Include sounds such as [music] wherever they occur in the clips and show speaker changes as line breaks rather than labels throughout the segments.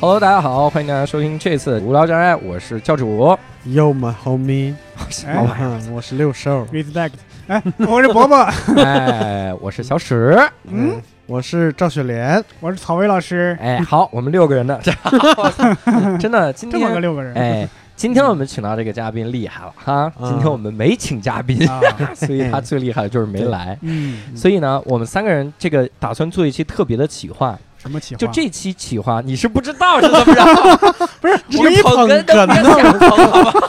Hello，大家好，欢迎大家收听这次无聊斋，我是教
[laughs]
主。
Yo my homie，
哎
我是六兽，
respect，哎，我是 [laughs] 伯伯，
哎，我是小史。
嗯，
哎我是赵雪莲，
我是草薇老师，
哎，好，我们六个人
[laughs]
呢，真的今
这么个
天
六个人，
哎，今天我们请到这个嘉宾厉害了哈。
嗯
今天我们没请嘉宾，
啊，
[laughs] 所以他最厉害的就是没来。
嗯，
所以呢，我们三个人这个打算做一期特别的企划，
什么企划？
就，这期企划你是不知道是怎么着，
[laughs] 不是
你
我一
捧哏都别想捧好吧？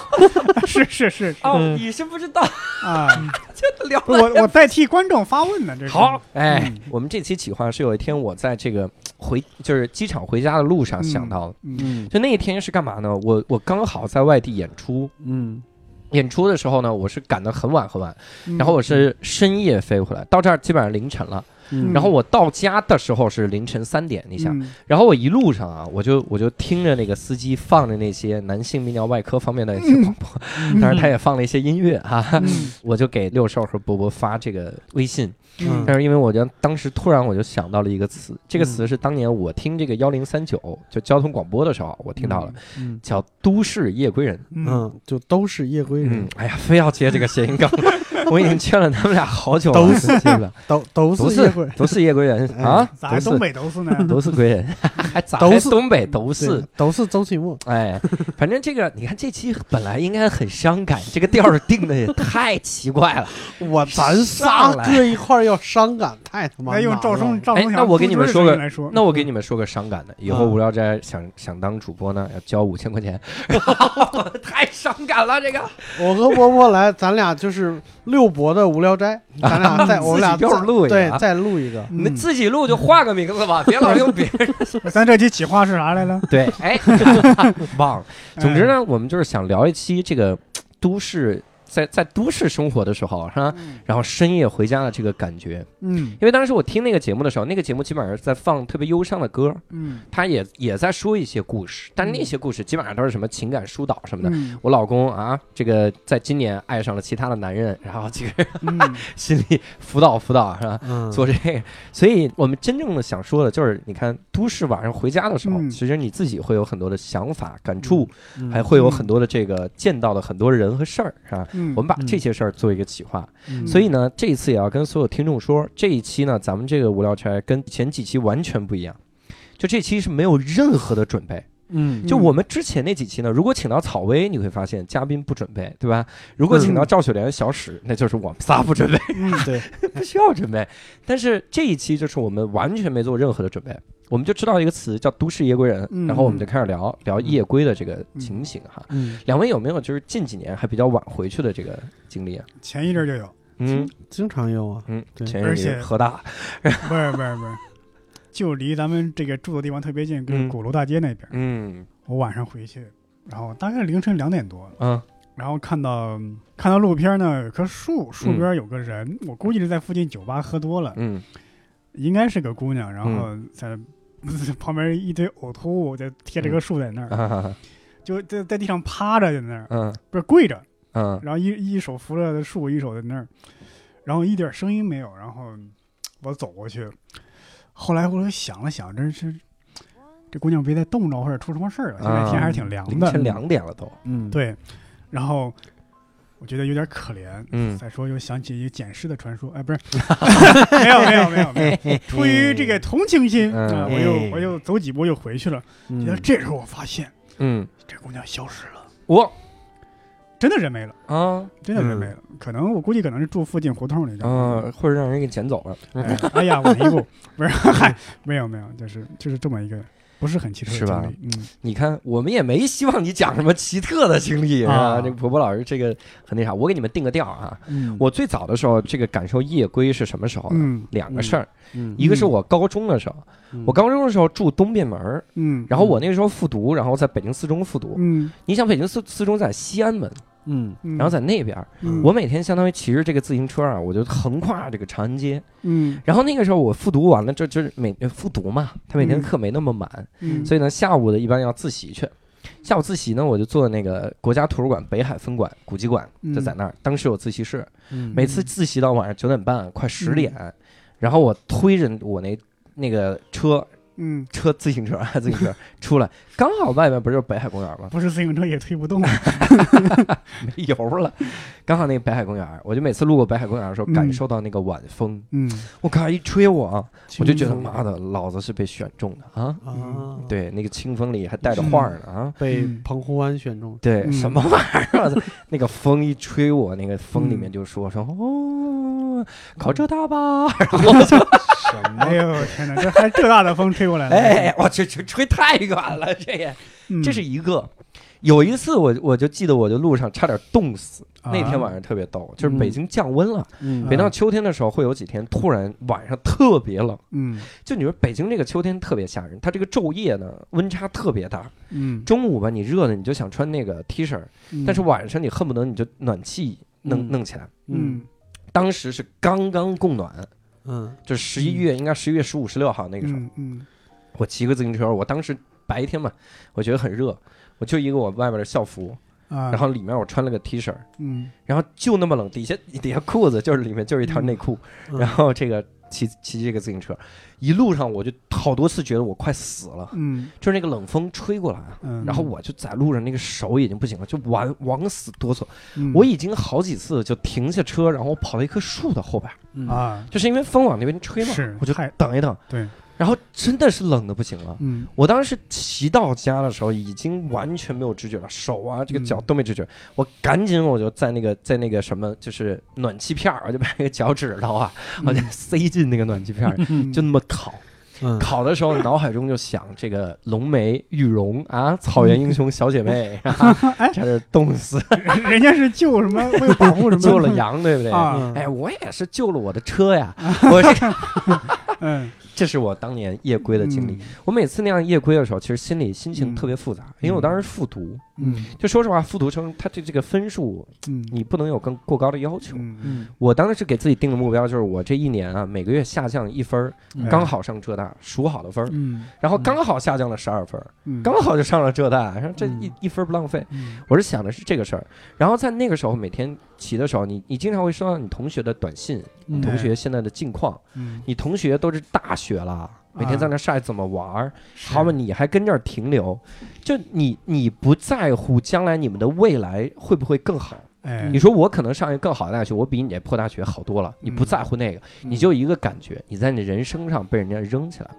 [laughs] 是是是
哦，你是不知道，
啊，
就聊
不是我我代替观众发问呢，这是
好，，哎
嗯，
我们这期企划是有一天我在这个回就是机场回家的路上想到的，
嗯
嗯
就那一天是干嘛呢？我我刚好在外地演出，
嗯
演出的时候呢，我是赶得很晚很晚，
嗯
然后我是深夜飞回来，到这儿基本上凌晨了，
嗯
然后我到家的时候是凌晨三点，你想，，
嗯
然后我一路上啊，我就我就听着那个司机放着那些男性泌尿外科方面的一些广播， [laughs] 当然他也放了一些音乐哈、啊，
嗯
[laughs] 我就给六兽和波波发这个微信。
嗯
但是因为我觉得当时突然我就想到了一个词，这
嗯
个词是当年我听这个幺零三九就交通广播的时候，啊我听到了，
嗯
叫“都市夜归人”。
嗯
嗯，就都是夜归
嗯
人，，
哎呀，非要接这个谐音梗，我已经劝了他们俩好久了，
都是
接了，
都都
都
是夜归
是，都是夜归人
哎
啊，
咋
都
还东
是
北都是呢？ [laughs]
都是归
[laughs]
人，还咋
都
还
是
东北都
对
是。
都是周奇墨，
哎，反正这个你看，这期本来应该很伤感，这个调儿定的也太奇怪了。
我咱仨
上来
搁一块儿要伤感，太他妈
来用
难
赵
了
忠赵
哎
忠祥
那我给你们
猪
说
猪
个
的声音来说，
那我给你们说个伤感的，以后
嗯
无聊斋想想当主播呢，要交五千块 [laughs] 钱，太伤感了这个。
我和波波来，咱俩就是六博的无聊
[laughs]
斋，咱俩再我们俩
自己又
再
录一个
对
啊，
再录一个，
你
嗯
自己录就换个名字吧，别老用别人。
咱这期企划是啥来了？哎
对，哎，忘了。 [laughs] 哎总之呢，我们就是想聊一期这个都市，在在都市生活的时候，啊是吧？
嗯，
然后深夜回家的这个感觉，
嗯
因为当时我听那个节目的时候，那个节目基本上是在放特别忧伤的歌，
嗯
他也也在说一些故事，但那些故事基本上都是什么情感疏导什么的。
嗯
我老公啊，这个在今年爱上了其他的男人，然后这个
嗯
心理辅导辅导是吧？
嗯，
做这个，所以我们真正的想说的就是，你看都市晚上回家的时候，
嗯
其实你自己会有很多的想法、感触，
嗯
还会有很多的这个见到的很多人和事儿，是吧？
嗯，
[laughs] 我们把
嗯
这些事儿做一个企划，
嗯
所以呢，这一次也要跟所有听众说，这一期呢，咱们这个无聊斋跟前几期完全不一样，就这期是没有任何的准备，
嗯
就我们之前那几期呢，如果请到草薇，你会发现嘉宾不准备，对吧？如果
嗯
请到赵雪莲、小史，那就是我们仨不准备，
嗯对，
不需要准备。但是这一期就是我们完全没做任何的准备，我们就知道一个词叫“都市夜归人”，
嗯
然后我们就开始聊聊夜归的这个情形哈。
嗯，
两位有没有就是近几年还比较晚回去的这个经历啊？
前一阵就有，
嗯
经常有啊，
嗯，
对
前
而
任
且
河大，
不是不是不是，就离咱们这个住的地方特别近，跟
嗯
鼓楼大街那边。
嗯
我晚上回去，然后大概凌晨两点多，
啊
然后看到看到路边呢有棵树，树边有个人，我估计是在附近酒吧喝多了，
嗯
应该是个姑娘，然后在。 [laughs] 旁边一堆呕吐物，就贴着个树在那儿，
啊哈
就在在地上趴着，在那儿，
嗯
不是跪着，
嗯
然后一一手扶着树，一手在那儿，然后一点声音没有，然后我走过去，后来我想了想，真是这姑娘别再冻着或者出什么事儿了，现在天还是挺凉
啊凌
的，
晨两点了都，
嗯，
对，然后我觉得有点可怜。
嗯
再说又想起一个捡尸的传
[laughs]
说，哎，不是，没有没有没有没有，出于这个同情心，
哎嗯
啊，我又我又走几步又回去了。
嗯，
结果这时候我发现
嗯，
这姑娘消失了，
我
真的人没了，
啊
真的人没了。可能我估计可能是住附近胡同里的。
啊，或者让人给捡走了，
哎哎呀，我一步不是，嗨，没有没有，就是就是这么一个不是很奇特的
是吧
经历。嗯，
你看，我们也没希望你讲什么奇特的经历
啊
这个婆婆老师这个很那啥，我给你们定个调啊。
嗯
我最早的时候，这个感受夜归是什么时候呢？
嗯
两个事儿，
嗯
一个是我高中的时候，
嗯
我高中的时候住东便门儿，
嗯，
然后我那个时候复读，然后在北京四中复读。
嗯，
你想，北京四四中在西安门，
嗯
嗯
然后在那边儿，
嗯
我每天相当于骑着这个自行车啊，我就横跨这个长安街。
嗯
然后那个时候我复读完了，这就是每复读嘛，他每天
嗯
课没那么满，
嗯，
所以呢，下午的一般要自习去。下午自习呢，我就坐那个国家图书馆北海分馆古籍馆，
嗯
就在那儿。当时有自习室，
嗯
每次自习
嗯
到晚上九点半，快十点，然后我推着我那那个车，
嗯，
车自行车自行
[laughs]
车出来，刚好外面不就是北海公园吗？
不是自行车也推不动，
没油了，刚好那个北海公园，我就每次路过北海公园的时候，
嗯
感受到那个晚风，
嗯，
我靠，一吹我啊，我就觉得
清风
妈的，老子是被选中的啊！
啊，，
对，那个清风里还带着画儿呢啊！
被
嗯
澎湖湾选中，
对，
嗯
什么玩意儿？我操啊 [laughs] 那个风一吹我，那个风里面就说说哦，考浙大吧，然后我就
什
[laughs] 哎呦天哪，这还浙大的风吹过来
[laughs]
了，
哎，我去，这吹太远了，这也
嗯，
这是一个。有一次我我就记得我就路上差点冻死，那天晚
上
上特别逗，就是北
嗯
京降温了，
嗯
每到秋天的时候会有几天突然晚上特别冷，
嗯
就你说北京这个秋天特别吓人，它这个昼夜呢温差特别大，
嗯，
中午吧你热的你就想穿那个 T 恤，
嗯
但是晚上你恨不得你就暖气弄
嗯
弄起来。
嗯
嗯
当时是刚刚供暖，
嗯
就是十一月，应该十一月十五、十六号那个时候，
嗯嗯
我骑个自行车，我当时白天嘛，我觉得很热，我就一个我外边的校服，
啊，
然后里面我穿了个 T 恤，
嗯
然后就那么冷，底下底下裤子就是里面就是一条内裤，
嗯
然后这个骑骑这个自行车，一路上我就好多次觉得我快死了，
嗯
就是那个冷风吹过来啊。
嗯，
然后我就在路上，那个手已经不行了，就往往死哆嗦。
嗯
我已经好几次就停下车，然后我跑到一棵树的后边，
嗯，
啊
就是因为风往那边吹嘛
是，
我就
太
等一等。
对，
然后真的是冷的不行了。
嗯
我当时骑到家的时候，已经完全没有知觉了，手啊，这个脚
嗯
都没知觉。我赶紧我就在那个在那个什么，就是暖气片儿，我就把那个脚趾头啊，我就塞进那个暖气片儿，
嗯
[laughs] 就那么烤。
嗯
烤的时候，脑海中就想这个龙梅、玉容啊，草原英雄小姐妹，
嗯
[laughs] 啊、
哎
差点冻
[laughs]
死，
人家是救什么为保护什么
救了羊，对不对？
嗯啊，
嗯
哎，我也是救了我的车
[laughs]
呀！我这
嗯，
这是我当年夜归的经历。
嗯，
我每次那样夜归的时候，其实心里心情
嗯
特别复杂，因为我当时复读，
嗯
就说实话，复读生他对这个分数
嗯
你不能有更过高的要求。
嗯
嗯
我当时给自己定的目标就是，我这一年啊，每个月下降一分儿，
嗯
刚好上浙大，数好的分儿，
嗯
然后刚好下降了十二分儿，
嗯
刚好就上了浙大，然后这
嗯
一一分儿不浪费。
嗯
我是想的是这个事儿，然后在那个时候每天骑的时候，你你经常会收到你同学的短信，
嗯
同学现在的近况，
嗯
你同学都是大学了，每天在那晒怎么玩儿，
是
好嘛，你还跟这儿停留，就你你不在乎将来你们的未来会不会更好？
哎
你说我可能上一个更好的大学，我比你这破大学好多了，你
嗯
不在乎那个，你就一个感觉，你在你人生上被人家扔起来，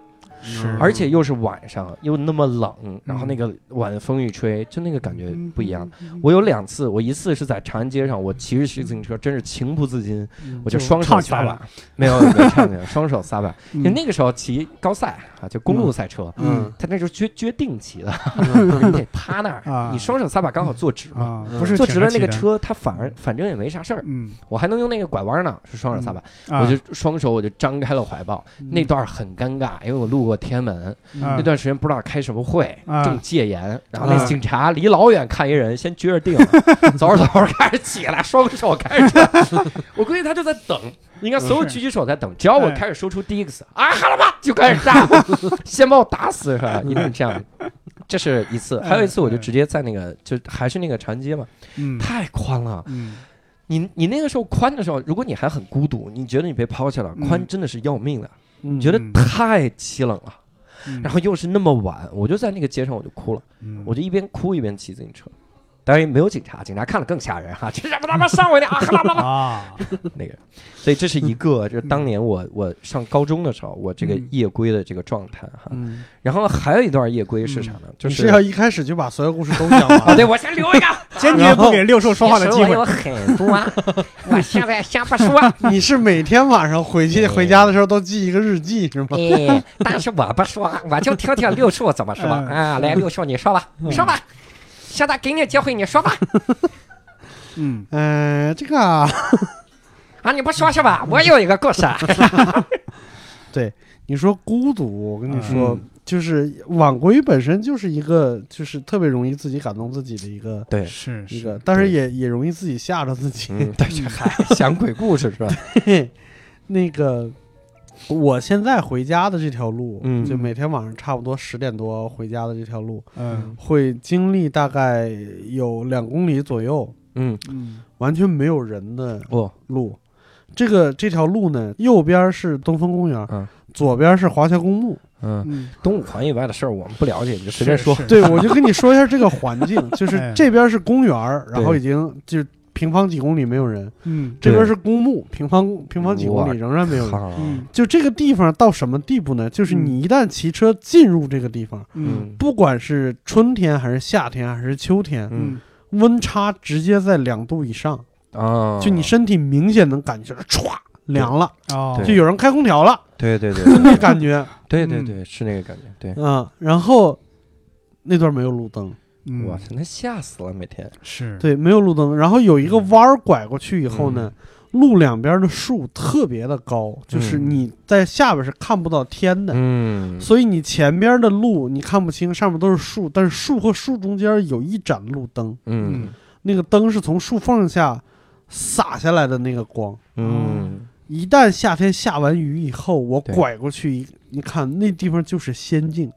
嗯是
而且又是晚上，又那么冷，然后那个晚风一吹，就那个感觉不一样。。
嗯
我有两次，我一次是在长安街上，我骑着自行车，真是情不自禁，我就双手
嗯唱
撒
起来
把，没有没有唱起来，双手撒把。
嗯
就那个时候骑高赛啊，就公路赛车，
嗯
他那时候决决定骑
[laughs]
的，
嗯
你得趴那儿
啊，
你双手撒把刚好坐直嘛。
啊，
嗯
不是
坐直了那个
挺
车，它反而反正也没啥事儿，
嗯，
我还能用那个拐弯呢，是双手撒把，
啊嗯
我就双手我就张开了怀抱。那段很尴尬，因为我路过天安门，
啊
那段时间不知道开什么会，
啊
正戒严，然后那
啊
警察离老远看一人，先撅着腚了，
[laughs]
走着走着开始起来，双手开始起来，我估计他就在等，应该所有
是
狙击手在等，只要我
哎
开始说出第一个字啊哈喇吧，就开始炸
[laughs]
我，先把我打死是吧？一定这样。这是一次，
哎
还有一次我就
哎
直接在那个就还是那个长安街嘛，
嗯
太宽了。
嗯
你你那个时候宽的时候，如果你还很孤独，你觉得你被抛弃了，
嗯
宽真的是要命的，
嗯
你觉得
嗯
太凄冷了。
嗯，
然后又是那么晚，我就在那个街上我就哭了，我就一边哭一边骑自行车。当然没有警察，警察看了更吓人哈、这什么他妈上我的啊！哈啦
[laughs]
啦啦
啊，
那个，所以这是一个，就是当年我我上高中的时候，我这个
嗯
夜归的这个状态哈。
嗯，
然后还有一段夜归是啥呢？ [laughs] 就
你
是
是要一开始就把所有故事都讲完？
啊，对我先留一个，
坚决不给六兽说话的机
哎我
会
有。很多，我现在瞎不说。
你是每天晚上回去
哎
回家的时候都记一个日记是吗？
哎，但是我不说，我就听听六叔怎么说
嗯
啊。来，六叔你说吧，说吧，现在给你机会，你说吧。
嗯
嗯，这个啊，
啊，你不说是吧？我有一个故事。啊
你说孤独，我跟你说
嗯，
就是晚归本身就是一个，就是特别容易自己感动自己的一个
对，
是
一
是
个，但是也也容易自己吓着自己。
嗯，但是还讲鬼故事是吧？嗯
[laughs] 那个，我现在回家的这条路，
嗯
就每天晚上差不多十点多回家的这条路，
嗯
会经历大概有两公里左右
嗯，
嗯
完全没有人的
哦，
路。这个这条路呢，右边是东风公园，
嗯
左边是华侨公
[laughs]
墓。
嗯，
嗯，
东五环以外的事儿我们不了解，你就随便说。 [laughs]
是是
对，我就跟你说一下这个环境，就是
哎
这边是公园儿，然后
对
已经就是平方几公里没有人，
嗯
这
对
边是公墓，平方平方几公
哇
里仍然没有人。
好
嗯
就这个地方到什么地步呢？就是
嗯
你一旦骑车进入这个地方，
嗯
不管是春天还是夏天还是秋天，
嗯
嗯
温差直接在两度以上，
啊，
就你身体明显能感觉歘凉了，
哦，
对
就有人开空调了，
对对 [laughs] 对
就那感觉
对对对，是那个感觉。对，
嗯。然后那段没有路灯，
嗯
我操，那吓死了，每天。
是
对，没有路灯。然后有一个弯儿拐过去以后呢，路两边的树特别的高，就是
嗯
你在下边是看不到天的。
嗯
所以你前边的路你看不清，上面都是树，但是树和树中间有一盏路灯，
嗯
那个灯是从树缝下洒下来的那个光。
嗯，
一旦夏天下完雨以后，我
对
拐过去一你看，那地方就是仙境，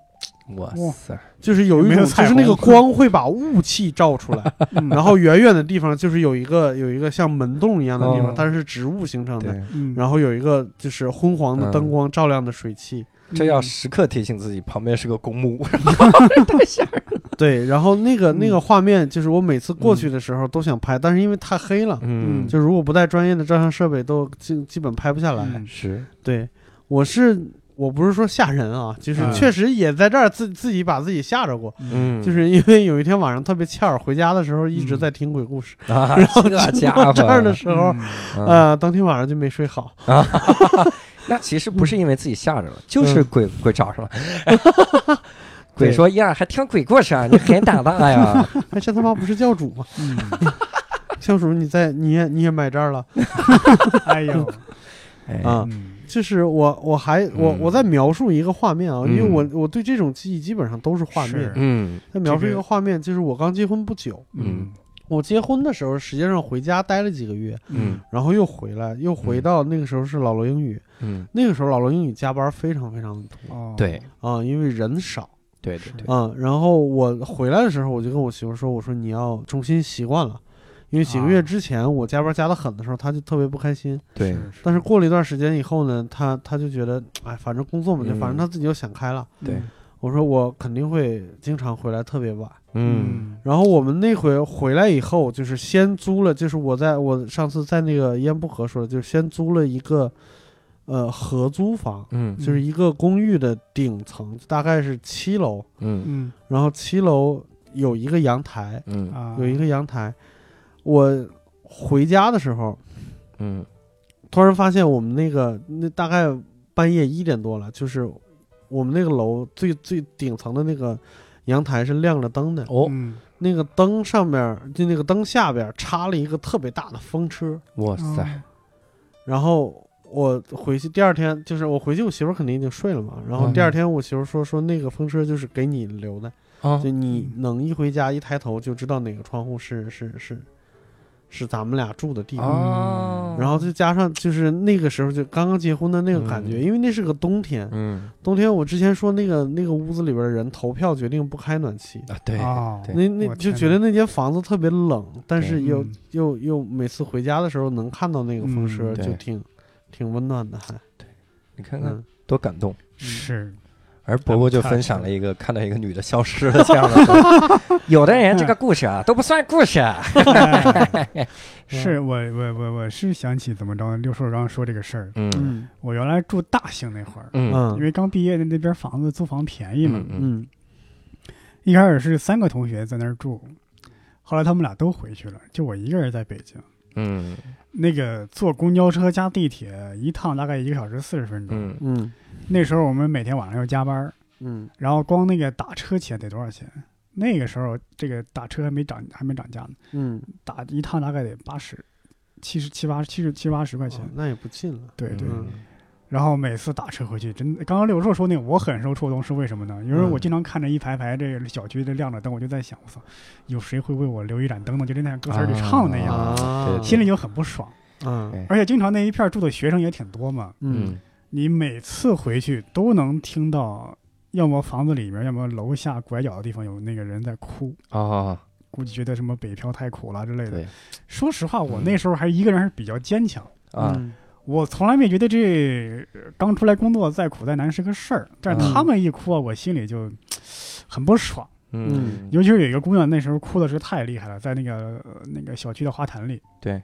嗯哇塞，
就是有一
没
种就
有彩
是
虹
那个光会把雾气照出来，
[laughs]
嗯
然后远远的地方就是有一个有一个像门洞一样的地
哦
方，它是植物形成的，
对，
嗯
然后有一个就是昏黄的灯光照亮的水汽，
这要时刻提醒自己旁边是个公墓。
对，然后那个那个
嗯
画面就是我每次过去的时候都想拍，但是因为太黑了，
[laughs] 嗯，
就如果不带专业的照相设备都基基本拍不下来。
嗯
是
对，我是我不是说吓人啊，就是
嗯
确实也在这儿自自己把自己吓着过，
嗯，
[laughs] 就是因为有一天晚上特别欠儿，回家的时候一直
嗯
在听鬼故事，
啊，
然后
这
听
家
到
伙
这儿的时候，
啊，
嗯
呃，当天晚上就没睡好。
那其实不是因为自己吓着了，就是鬼鬼找上了。 [laughs] 鬼说呀，还听鬼故事啊？你很胆大呀！
哎，这他妈不是教主吗？
嗯，
教主，你在你也你也买这儿了
[laughs]
哎呦，
[laughs] 哎
啊？
嗯
就是我我还我
嗯
我在描述一个画面啊，因为
嗯
我我对这种记忆基本上都是画面
是。
嗯
他描述
这
一
个
个画面，就是我刚结婚不久，
嗯
我结婚的时候实际上回家待了几个月，
嗯
然后又回来，又
嗯
回到那个时候是老罗英语，
嗯，
那个时候老罗英语加班非常非常的多
哦，
对
啊，因为人少
对对对，
啊。然后我回来的时候，我就跟我媳妇说，我说你要重新习惯了。因为几个
啊
月之前我加班加的狠的时候，她就特别不开心。
对，
但是过了一段时间以后呢，她她就觉得，哎，反正工作嘛，就
嗯
反正她自己又想开了。
对
我说我肯定会经常回来，特别晚。
嗯
然后我们那回回来以后，就是先租了，就是我在我上次在那个烟不河说的，就是先租了一个呃合租房，
嗯
就是一个公寓的顶层，大概是七楼，
嗯
嗯
然后七楼有一个阳台，
嗯
啊，
有一个阳台。我回家的时候，
嗯
突然发现我们那个那大概半夜一点多了，就是我们那个楼最最顶层的那个阳台是亮着灯的。
哦，
嗯
那个灯上面儿，就那个灯下边儿插了一个特别大的风车。
哇塞，
然后我回去第二天，就是我回去，我媳妇儿肯定已经睡了嘛。
嗯
然后第二天我媳妇儿说说那个风车就是给你留的，
啊
就你能一回家一抬头就知道哪个窗户是是是是咱们俩住的
哦
地方。
啊，
然后再加上就是那个时候就刚刚结婚的那个感觉，
嗯
因为那是个冬天，
嗯
冬天我之前说那个那个屋子里边的人投票决定不开暖气，
啊对
哦
对
那那
我
就
天
觉得那间房子特别冷，但
对
是又、
嗯
又又每次回家的时候能看到那个风
嗯
车，就
对
挺挺温暖的，还
你看看
嗯，
多感动。
是
而伯伯就分享了一个看到一个女的消失了这样的，有的人这个故事啊都不算故事，
[laughs] 是我我我我是想起怎么着，六叔刚刚说这个事儿。
嗯
嗯
我原来住大兴那会儿，
嗯
嗯
因为刚毕业的那边房子租房便宜嘛，
嗯
嗯
一开始是三个同学在那儿住，后来他们俩都回去了，就我一个人在北京。
嗯
那个坐公交车加地铁一趟大概一个小时四十分钟，
嗯
嗯
那时候我们每天晚上要加班儿，
嗯
然后光那个打车钱得多少钱？那个时候这个打车还没涨，还没涨价呢，
嗯，
打一趟大概得八十、七十七八、七十七八十块钱。
哦那也不近了，
对对，
嗯
然后每次打车回去，真刚刚六叔说那个我很受触动，是为什么呢？因为
嗯
我经常看着一排排这个小区这亮着灯，我就在想，我操，有谁会为我留一盏灯呢？就跟那歌词里唱的那样，
啊
啊
对
心里就很不爽。
嗯
而且经常那一片住的学生也挺多嘛，
嗯
你每次回去都能听到，要么房子里面，要么楼下拐角的地方有那个人在哭，
啊
估计觉得什么北漂太苦了之类的
对。
说实话，我
嗯
那时候还一个人还是比较坚强，
啊
嗯
我从来没觉得这呃刚出来工作再苦再难是个事儿，但是他们一哭啊，我心里就很不爽。
嗯，
尤其是有一个姑娘，那时候哭的是太厉害了，在那个呃那个小区的花坛里，
对，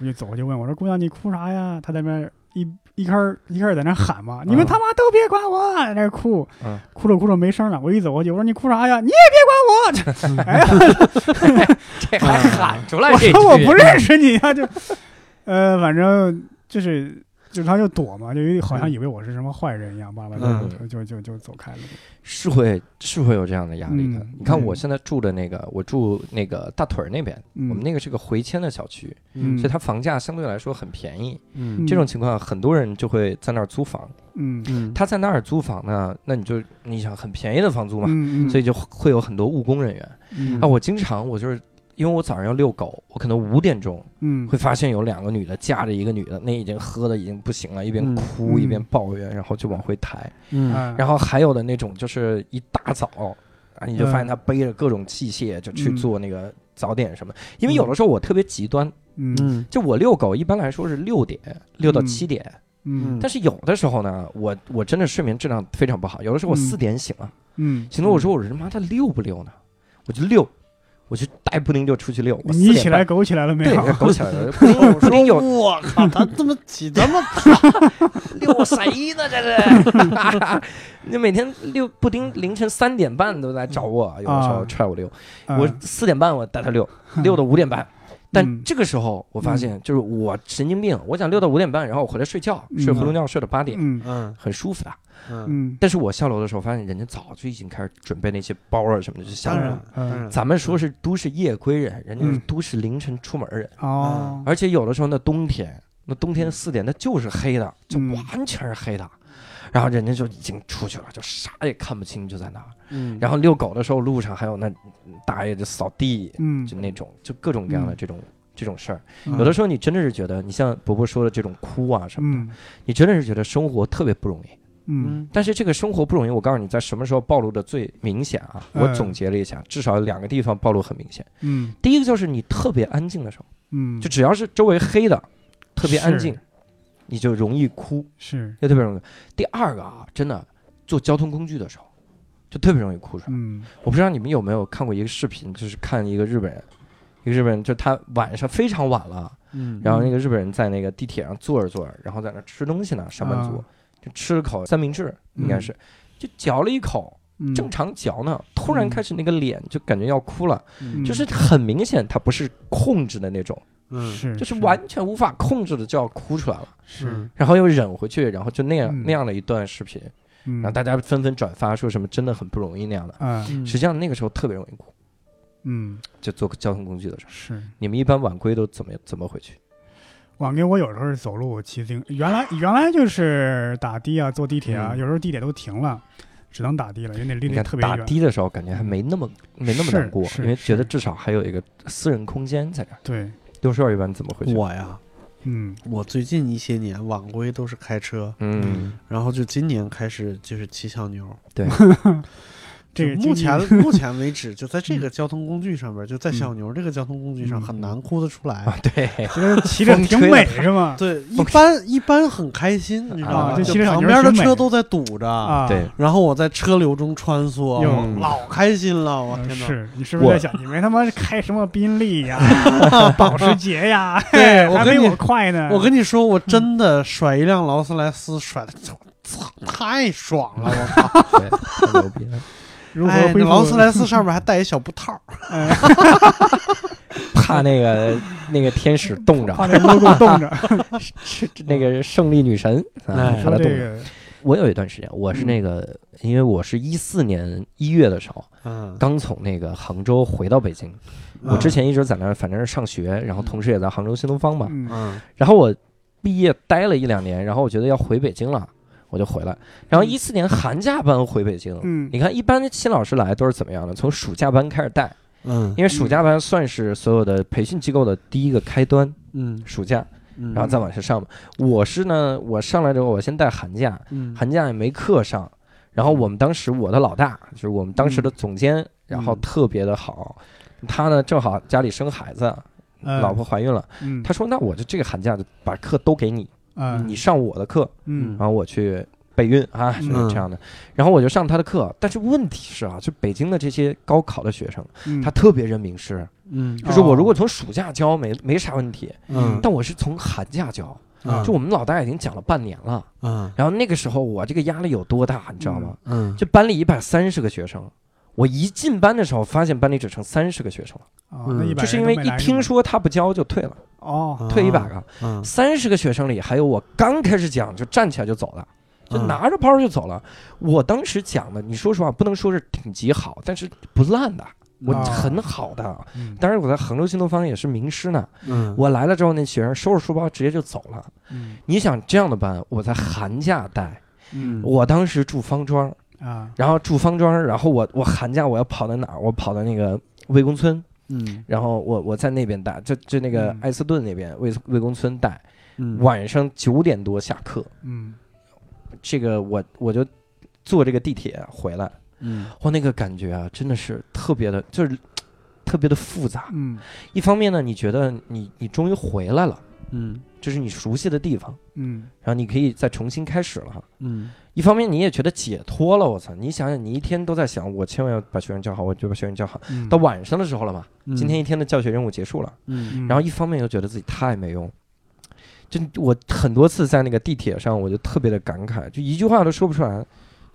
我就走过去问我说：“姑娘，你哭啥呀？”她在那边一一开始一开始在那喊嘛，你们他妈都别管我，在那哭
嗯，
哭着哭着没声了。我一走过去，我说：“你哭啥呀？你也别管我。这” [laughs] 哎呀，
这还喊出来
[laughs] 我
这
说我
句
不认识你
[laughs]
啊，就呃，反正就是。就是他就躲嘛，就有点好像以为我是什么坏人一样，巴拉巴拉
嗯
就就就就走开了。
是会是会有这样的压力的。
嗯
你看
嗯
我现在住的那个，我住那个大屯儿那边，
嗯
我们那个是个回迁的小区，
嗯
所以它房价相对来说很便宜。
嗯
这种情况，很多人就会在那儿租房。
嗯
嗯，
他在那儿租房呢，那你就你想很便宜的房租嘛，
嗯，
所以就会有很多务工人员。
嗯
啊，我经常我就是。因为我早上要遛狗，我可能五点钟
嗯
会发现有两个女的架着一个女的，那已经喝的已经不行了，一边
嗯
哭
嗯
一边抱怨，然后就往回抬。
嗯
然
然后还有的那种就是一大早啊，你就发现他背着各种器械就去
嗯
做那个早点什么。因为有的时候我特别极端，
嗯
嗯
就我遛狗一般来说是六点六到
嗯
七点，
嗯
但是有的时候呢，我我真的睡眠质量非常不好，有的时候我
嗯
四点醒了，
嗯，
醒了我说我他妈的溜不溜呢？我就溜，我就带布丁就出去溜。我
你
4点
起来狗起来了没
半。对，
有？
狗起来
[laughs]
了，布丁布丁有
我靠，他怎么起这么
遛谁呢？这是， [laughs] 你每天遛布丁，凌晨三点半都在找我，有的时候
啊
踹我遛，我
嗯
四点半我带他遛，遛到五点半。但
嗯
这个时候我发现，就是我神经病，我想遛到五点半，然后我回来睡觉，睡
嗯
回笼觉睡到八点，
[laughs]
嗯
嗯
很舒服的。
嗯，
嗯，
但是我下楼的时候发现，人家早就已经开始准备那些包啊什么的，就下
当
楼
然
了。
当然，
咱们说是都市夜归人，人家是
嗯
都市凌晨出门人，
哦，
而且有的时候那冬天，那冬天四点那就是黑的，就
嗯
完全是黑的。然后人家就已经出去了，就啥也看不清，就在那儿。
嗯，
然后遛狗的时候，路上还有那大爷就扫地，
嗯，
就那种，就各种各样的这种、这种事儿。
嗯
有的时候你真的是觉得，你像伯伯说的这种哭啊什么的，
嗯
你真的是觉得生活特别不容易。
嗯
嗯
但是这个生活不容易，我告诉你，在什么时候暴露的最明显啊？
嗯
我总结了一下，至少有两个地方暴露很明显。
嗯
第一个就是你特别安静的时候，
嗯，
就只要是周围黑的，特别安
是
静，你就容易哭，
是
就特别容易。第二个啊，真的坐交通工具的时候，就特别容易哭出来。
嗯
我不知道你们有没有看过一个视频，就是看一个日本人，一个日本人，就他晚上非常晚了，
嗯，
然后那个日本人在那个地铁上坐着坐着，然后在那吃东西呢，上班族、
啊
就吃了口三明治，应该是，就嚼了一口，
嗯，
正常嚼呢，突然开始那个脸就感觉要哭了，
嗯
就是很明显他不是控制的那种，
嗯
是
就是嗯完全无法控制的就要哭出来了。
是，
然后又忍回去，然后就那样、
嗯
那样的一段视频，
嗯
然后大家纷纷转发，说什么真的很不容易那样的。
啊
嗯
实际上那个时候特别容易哭，
嗯
就坐交通工具的时候。
是。
你们一般晚归都怎么怎么回去？
晚给我有时候是走路骑自行，原来原来就是打的啊，坐地铁啊，
嗯
有时候地铁都停了，只能打的了，因为那离
你
得
看
特别
打
远。
的的时候，感觉还没那么没那么
是
难过，
是
因为觉得
是
至少还有一个私人空间在这儿。
对，
六十二一般怎么回去？
我呀，
嗯
我最近一些年晚归都是开车，
嗯，
然后就今年开始就是骑小牛。
这
就
个
目
经济
前目前为 [laughs] 止，就在这个交通工具上面，就在小牛这个交通工具上
嗯
很难哭得出来。
对，
这个
[laughs]
骑着
哎风
挺
吹
美
了
是吗？
对，一般一般很开心，你知道
啊
吗？
就
就
骑着小
旁
牛
边的
挺美
车都在堵着，[laughs]
啊，
对，嗯
然后我在车流中穿梭，
哟
我老开心了，我
嗯
哦天哪！
是你是不是
我
在想，你们他妈开什么宾利
[laughs]
呀、保时捷呀，
对我
还
跟
没
你
我嗯快呢。
我跟你说，我真的甩一辆劳斯莱斯，甩的操，太爽了！我靠！
对，太牛逼了！
如何
哎，
恢
那
复
劳斯莱斯上面还带一小布套儿，
哎，
怕那个那个天使冻着，
[laughs] 怕那 logo 冻
[laughs]
着。
那个胜利女神啊，
哎
怕她
说
冻
这
着。
个，
我有一段时间，我是那个，因为我是一四年一月的时候，
嗯，啊
刚从那个杭州回到北京。我之前一直在那儿，反正是上学，然后同时也在杭州新东方嘛。
嗯
嗯
然后我毕业待了一两年，然后我觉得要回北京了，我就回来。然后一四年寒假班回北京，
嗯
你看一般新老师来都是怎么样的？从暑假班开始带，
嗯
因为暑假班算是所有的培训机构的第一个开端，
嗯
暑假，
嗯，
然后再往下上嘛。我是呢，我上来之后我先带寒假，
嗯
寒假也没课上。然
嗯
后我们当时我的老大就是我们当时的总监，然
嗯
后特别的好，他呢正好家里生孩子，
嗯
老婆怀孕了，
嗯，
他说：“那我就这个寒假就把课都给你，
嗯，
你上我的课，
嗯
然后我去备孕啊，
嗯
是这样的。然后我就上他的课，但是问题是啊，就北京的这些高考的学生，
嗯哦
他特别认名师，
嗯
就是我如果从暑假教没没啥问题，
嗯
但我是从寒假教，
啊
嗯
就我们老大已经讲了半年了。
嗯
然后那个时候我这个压力有多大，你知道吗？
嗯，
就班里一百三十个学生。我一进班的时候，发现班里只剩三十个学生了，
啊，
嗯
那一百
就是因
人
为
都没
一
来
听
过
说他不教就退了，
哦，
退一百个。
嗯，
三十个学生里，还有我刚开始讲就站起来就走了，就
嗯
拿着包就走了。我当时讲的，你说实话，不能说是顶级好，但是不烂的，我
啊
很好的。
嗯
当然，我在杭州新东方也是名师呢。
嗯，
我来了之后，那学生收拾书包直接就走了。
嗯
你想这样的班，我在寒假带，
嗯
我当时住方庄，
啊
然后住方庄，然后我我寒假我要跑到哪儿？我跑到那个魏公村，
嗯
然后我我在那边带，就就那个
嗯
艾斯顿那边魏魏公村带，
嗯
晚上九点多下课，
嗯
这个我我就坐这个地铁回来，
嗯
哇，那个感觉啊，真的是特别的，就是特别的复杂。
嗯
一方面呢，你觉得你你终于回来了，
嗯
这是你熟悉的地方，
嗯
然后你可以再重新开始了哈。
嗯
一方面你也觉得解脱了，我操！你想想，你一天都在想，我千万要把学生教好，我就把学生教好。
嗯，
到晚上的时候了嘛，
嗯，
今天一天的教学任务结束了，
嗯
嗯
然后一方面又觉得自己太没用，就我很多次在那个地铁上，我就特别的感慨，就一句话都说不出来，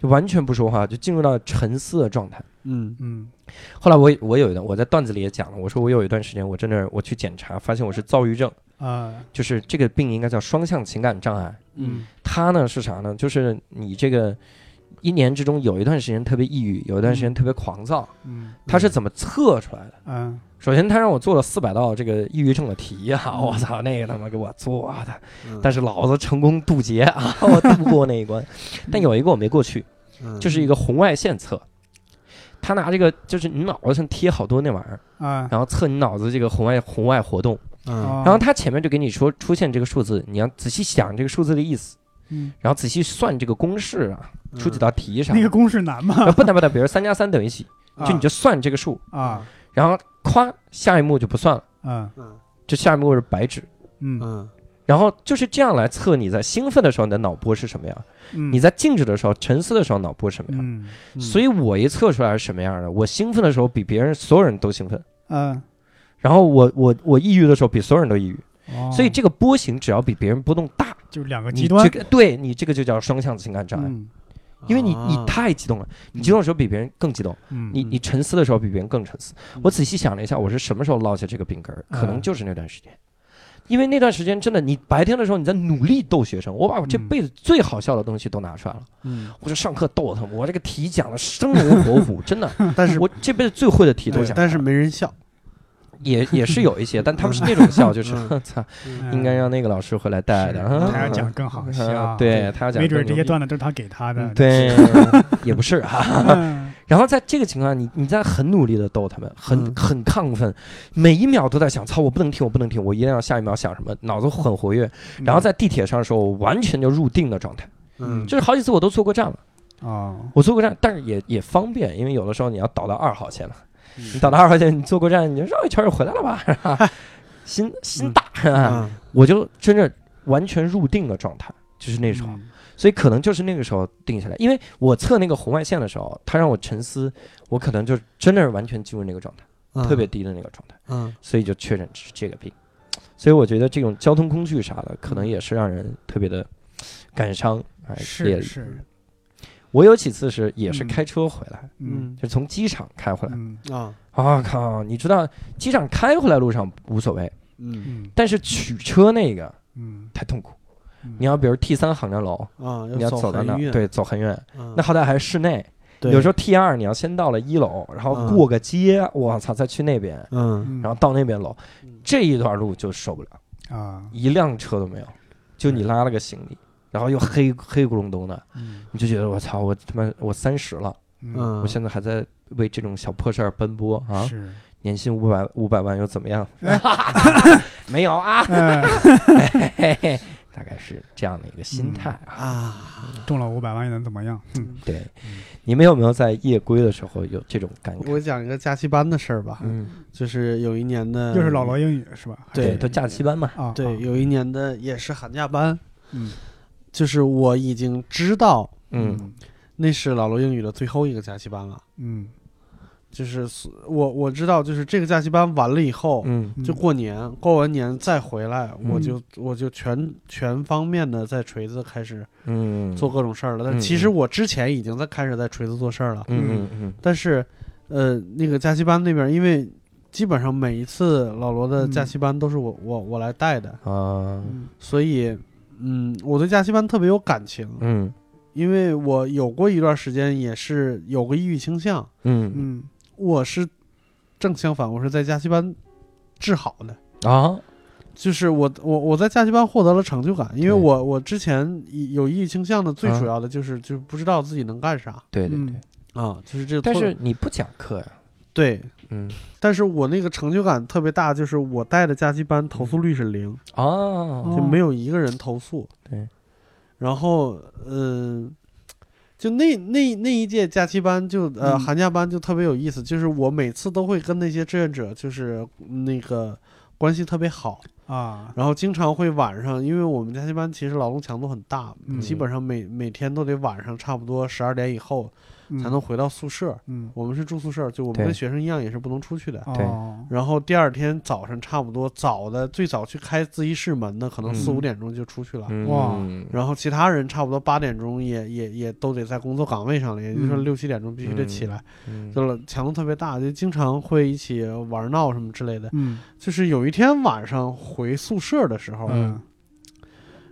就完全不说话，就进入到沉思的状态。
嗯
嗯
后来我也我有一段我在段子里也讲了，我说我有一段时间我真的我去检查，发现我是躁郁症，
啊
就是这个病应该叫双向情感障碍。
嗯
它呢是啥呢？就是你这个一年之中有一段时间特别抑郁，有一段时间特别狂躁，
嗯
它是怎么测出来的？
嗯
首先，他让我做了四百道这个抑郁症的题啊！
嗯
我操，那个他妈给我做的，但
是
是老子成功渡劫啊， [laughs] 我渡过那一
嗯
关。但有一个我没过去，就是一个红外线测，他拿这个就是你脑子上贴好多那玩意儿，
啊，哦
然后测你脑子这个红外红外活动，
嗯
然后他前面就给你说出现这个数字，你要仔细想这个数字的意思，
嗯
然后仔细算这个公式啊，出几道题啥的。
那个公式难吗？
啊不能不能，比如三加三等于几，就你就算这个数，
啊
然后咵下一幕就不算了，
啊
嗯
这下一幕是白纸。
嗯
嗯
然后就是这样来测你在兴奋的时候你的脑波是什么样，
嗯，
你在静止的时候、沉思的时候脑波是什么样。
嗯
所以我一测出来是什么样的，我兴奋的时候比别人所有人都兴奋，
嗯，
然后我我我抑郁的时候比所有人都抑郁。
哦
所以这个波形只要比别人波动大，
就两个
你
极端
这，个对你这个就叫双向情感障碍，
嗯
因为你
啊
你太激动了，你激动的时候比别人更激动，
嗯
你你沉思的时候比别人更沉思
嗯。
我仔细想了一下，我是什么时候落下这个病根儿？可能
嗯
就是那段时间，因为那段时间真的，你白天的时候你在努力逗学生，我把我这
嗯
辈子最好笑的东西都拿出来了，
嗯，
我就上课逗他们，我这个题讲的生龙活虎，真的，
但是
我这辈子最会的题都
对
讲，
但是没人笑，
也也是有一
[laughs]
些，但他们是那种笑，就是
嗯
我操，
嗯
应该让那个老师回来带的，
是
啊
他要讲更好
啊
笑，
对他要讲
没准
更
这些
牛逼
段子都是他给他的
嗯，
[laughs]
对，也不是啊。
嗯，
然后在这个情况下，你你在很努力的逗他们，很、
嗯
很亢奋，每一秒都在想，操，我不能停，我不能停，我一定要下一秒想什么，脑子很活跃。然后在地铁上的时候，我完全就入定的状态，
嗯
就是好几次我都坐过站了，
哦，
我坐过站，但是也也方便，因为有的时候你要倒到二号线嘛，
嗯
你倒到二号线，你坐过站，你就绕一圈就回来了 [laughs] 吧，心心大，
嗯
我就真的完全入定的状态，就是那时候。
嗯
所以可能就是那个时候定下来，因为我测那个红外线的时候，他让我沉思，我可能就真的是完全进入那个状态，
啊
特别低的那个状态，
嗯
所以就确诊是这个病。所以我觉得这种交通工具啥的，可能也是让人特别的感伤。哎，
是
也
是，
我有几次是也是
嗯
开车回来，
嗯
嗯
就从机场开回来。
嗯
啊
啊靠！你知道机场开回来路上无所谓，
嗯
嗯
但是取车那个
嗯，
太痛苦。
嗯
你要比如 T 三航站楼，
啊，
你要走到那儿，对，走很远，那
那
好歹还是室内。有时候 T 二你要先到了一楼，然后过个街，我操、再去那边，
嗯
然后到那边楼，
嗯
这一段路就受不了，
后啊，
一辆车都没有，就你拉了个行李，然后又黑黑咕隆咚的，
嗯
你就觉得我操，我他妈我三十了，
嗯
嗯，
我现在还在为这种小破事儿奔波啊， [laughs]
是，
年薪五百五百万又怎么样？ [laughs] 没有啊，
哎，
嘿嘿嘿，大概是这样的一个心态啊。
啊
中了五百万又能怎么样？嗯
对
嗯，
你们有没有在夜归的时候有这种感觉？
我讲一个假期班的事儿吧，
嗯，
就是有一年的，
又是老罗英语是吧？
对
都假期班嘛，
啊，
嗯对，
啊
有一年的也是寒假班，
嗯
就是我已经知道
嗯
那是老罗英语的最后一个假期班了，
嗯
就是所我我知道，就是这个假期班完了以后，
嗯
嗯，
就过年，过完年再回来，
嗯
我就我就全全方面的在锤子开始
嗯，
做各种事儿
嗯
了。但其实我之前已经在开始在锤子做事儿了，
嗯嗯嗯
但是，呃，那个假期班那边，因为基本上每一次老罗的
嗯
假期班都是我、我我来带的，
啊
嗯
所以，嗯，我对假期班特别有感情，
嗯
因为我有过一段时间也是有个抑郁倾向，
嗯
嗯
我是正相反，我是在假期班治好的。
啊
就是我我我在假期班获得了成就感，因为
对
我我之前以有抑郁倾向的最
啊
主要的就是、就是不知道自己能干啥
对对对
嗯，
啊，就是这个
但
脱
是你不讲课呀，
对，
嗯
但是我那个成就感特别大，就是我带的假期班投
嗯
诉率是零，
啊
嗯
就没有一个人投诉。
对，
然后嗯、就那那那一届假期班就呃、
嗯
寒假班就特别有意思，就是我每次都会跟那些志愿者就是那个关系特别好，
啊，
然后经常会晚上，因为我们假期班其实劳动强度很大，
嗯
基本上每每天都得晚上差不多十二点以后
嗯
才能回到宿舍。
嗯
我们是住宿舍，就我们
对
跟学生一样也是不能出去的。
对
哦
然后第二天早上差不多早的最早去开自习室门的，可能
嗯
四五点钟就出去了。
嗯
哇
嗯
然后其他人差不多八点钟也也也都得在工作岗位上了，也就是说
嗯
六七点钟必须得起来，
嗯
就强度特别大，就经常会一起玩闹什么之类的。
嗯
就是有一天晚上回宿舍的时候，
嗯，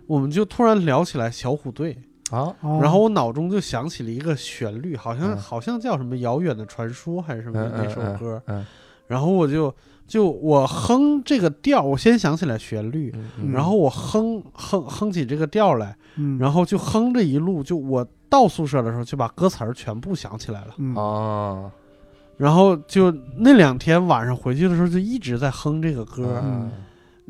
我们就突然聊起来小虎队，
啊
哦
然后我脑中就想起了一个旋律，好像、
嗯
好像叫什么《遥远的传说》还是什么
嗯
那首
嗯
歌，
嗯
然后我就就我哼这个调，我先想起来旋律，
嗯嗯
然后我哼哼哼起这个调来，
嗯
然后就哼这一路，就我到宿舍的时候就把歌词儿全部想起来了，
嗯
啊
然后就那两天晚上回去的时候就一直在哼这个歌，
嗯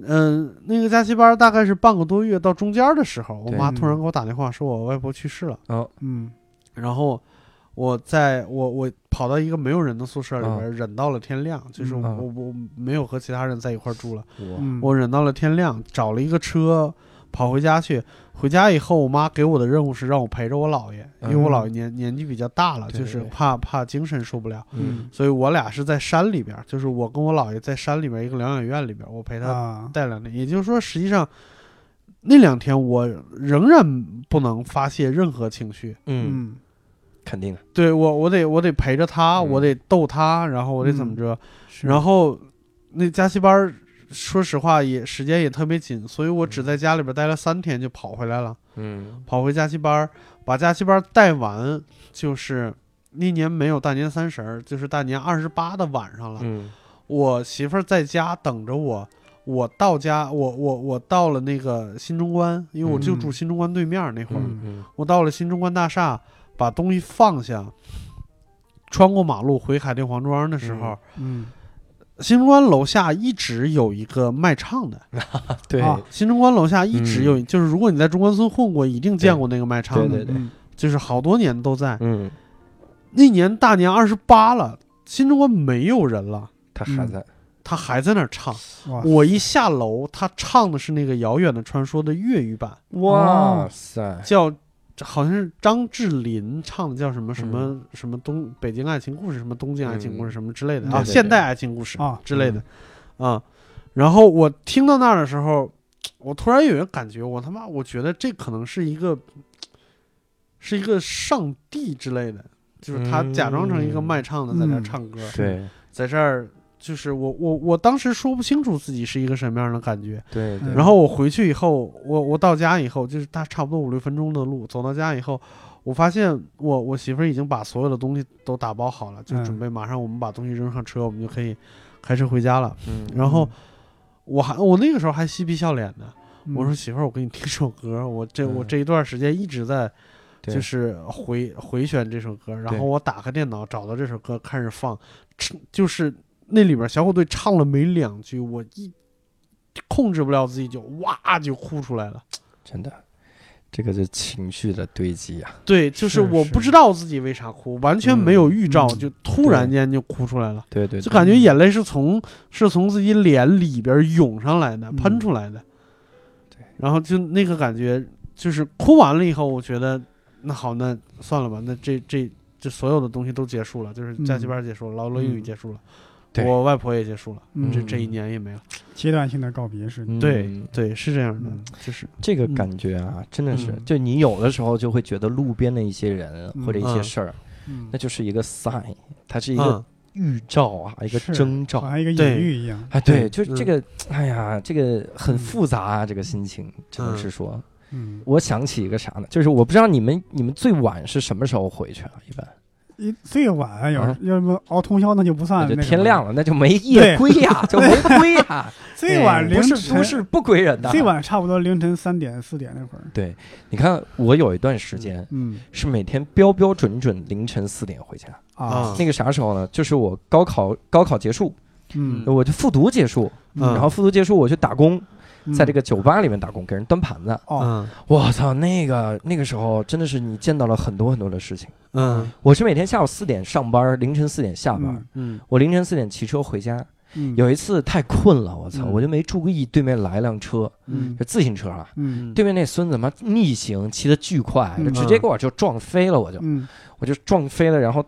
嗯，那个假期班大概是半个多月，到中间的时候，我
对嗯
妈突然给我打电话，说我外婆去世了。
哦
嗯
然后我在我我跑到一个没有人的宿舍里边，忍到了天亮，就是我、
嗯
我我没有和其他人在一块儿住了，
我
嗯
我忍到了天亮，找了一个车跑回家去。回家以后，我妈给我的任务是让我陪着我姥爷，因为我
嗯
姥爷年年纪比较大了，
对
就是
对
怕怕精神受不了。
嗯
所以我俩是在山里边儿，就是我跟我姥爷在山里边儿一个疗养院里边儿，我陪他
啊
待两天，也就是说，实际上那两天我仍然不能发泄任何情绪。
嗯
嗯
肯定的
对我，我得我得陪着他，
嗯
我得逗他，然后我得怎么着？
是
然后那假期班儿，说实话也时间也特别紧，所以我只在家里边待了三天就跑回来了，
嗯
跑回假期班儿，把假期班儿带完，就是那年没有大年三十儿，就是大年二十八的晚上了。
嗯
我媳妇儿在家等着我，我到家，我我我到了那个新中关，因为我就
嗯
住新中关对面儿那会儿，
嗯嗯
我到了新中关大厦，把东西放下，穿过马路回海淀黄庄的时候，
嗯
新中关楼下一直有一个卖唱的，
对
啊
新中关楼下一直有，就是如果你在中关村混过，一定见过那个卖唱的，
嗯对对对
嗯
就是好多年都在。
嗯
那年大年二十八了，新中关没有人了，
他还在
他还在那儿唱。
哇
我一下楼，他唱的是那个《遥远的传说》的粤语版，
哇啊塞
叫好像是张智霖唱的，叫什么什么、什么东北京爱情故事，什么东京爱情故事，
嗯
什么之类的、
对
啊，
对对嗯
现代爱情故事
啊
之类的、啊。然后我听到那儿的时候，我突然有一个感觉，我他妈我觉得这可能是一个是一个上帝之类的，就是他假装成一个
嗯
卖唱的在那儿
嗯
唱歌，
对
在这儿就是我我我当时说不清楚自己是一个什么样的感觉，
对对
然后我回去以后，我我到家以后，就是大差不多五六分钟的路，走到家以后，我发现我我媳妇儿已经把所有的东西都打包好了，就
嗯
准备马上我们把东西扔上车，我们就可以开车回家了。
嗯
然后我还我那个时候还嬉皮笑脸的，
嗯
我说媳妇儿，我给你听首歌，我这我
嗯
这一段时间一直在
对
就是回回旋这首歌，然
对
后我打开电脑找到这首歌开始放，吃就是那里边小虎队唱了没两句，我一控制不了自己就哇就哭出来了。
真的这个是情绪的堆积啊
对，就是
是
我
是
不知道自己为啥哭，完全没有预兆，
嗯
就突然间就哭出来了，
对对
就
对
感觉眼泪是从是从自己脸里边涌上来的，
嗯
喷出来的。
对
然后就那个感觉，就是哭完了以后，我觉得那好，那算了吧，那这这这所有的东西都结束了，就是假期班结束了，劳伦英语结束了，
嗯对
我外婆也结束了，
嗯
这这一年也没了。
阶段性的告别是，
对
嗯
对，是这样的
嗯，
就是
这个
嗯
感觉啊，真的是
嗯，
就你有的时候就会觉得路边的一些人
嗯
或者一些
嗯
事儿，
嗯
那，就是一个 sign，它是一个
嗯，
预兆啊，一个
是
征兆
好。像一个
对
隐喻一样。
哎，
对
对，就是这个，哎呀，这个很复杂啊，这个心情只能是说，
嗯，
我想起一个啥呢？就是我不知道你们你们最晚是什么时候回去啊？一般
一最晚要
啊
要不熬通宵那就不算
那
啊那
就
个
天
了
亮了，那就没夜
对
归
[laughs]
呀，就没归呀。
最晚凌
不
晨
是不是不归人的。
最晚差不多凌晨三点四点那会儿。
对，你看我有一段时间
嗯
是每天标标准准凌晨四点回家。
啊
那个啥时候呢？就是我高考高考结束，
嗯，
我就复读结束，
嗯
然后复读结束我去打工，
嗯
在这个酒吧里面打工，给人端盘子。
哦，
嗯
我操，那个那个时候真的是你见到了很多很多的事情。
嗯
我是每天下午四点上班，凌晨四点下班。
嗯
嗯
我凌晨四点骑车回家，
嗯
有一次太困了，我操，
嗯
我就没注意对面来辆车，
嗯
是自行车啊，
嗯
对面那孙子妈逆行骑得巨快，
嗯
直接给我就撞飞了，我就
嗯
我就撞飞了，然后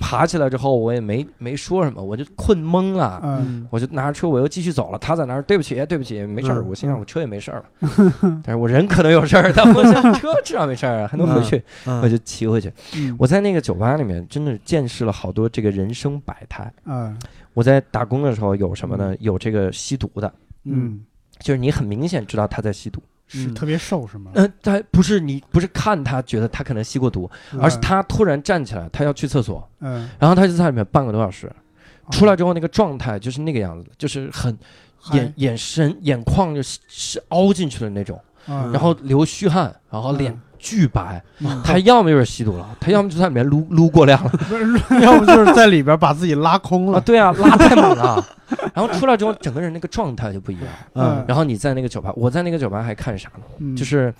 爬起来之后，我也没没说什么，我就困懵了。
嗯
我就拿着车，我又继续走了。他在那儿，对不起，哎对不起，没事儿。
嗯
我心想，我车也没事儿了，
[laughs]
但是我人可能有事儿，但我想车至少没事儿啊，还能回去，
嗯，
我就骑回去。
嗯，
我在那个酒吧里面，真的见识了好多这个人生百态。
啊
我在打工的时候有什么呢？有这个吸毒的，
嗯
嗯
就是你很明显知道他在吸毒。
是
嗯
特别瘦是吗？
呃，他不是你不是看他觉得他可能吸过毒，
呃
嗯
而是他突然站起来，他要去厕所，
嗯，
然后他就在里面半个多小时。
哦
出来之后那个状态就是那个样子，就是很眼
嗨
眼神眼眶就是是凹进去的那种，
啊
然后流虚汗，然后
嗯
脸巨白。
嗯
他要么就是吸毒了，他要么就在里面撸撸过量了
[laughs] 不是
[laughs] 嗯
要不就是在里边把自己哦拉空
啊，
了，
[laughs] 对啊，拉太满了。然后出来之后，整个人那个状态就不一样。
嗯
然后你在那个酒吧，我在那个酒吧还看啥呢？
嗯
就是。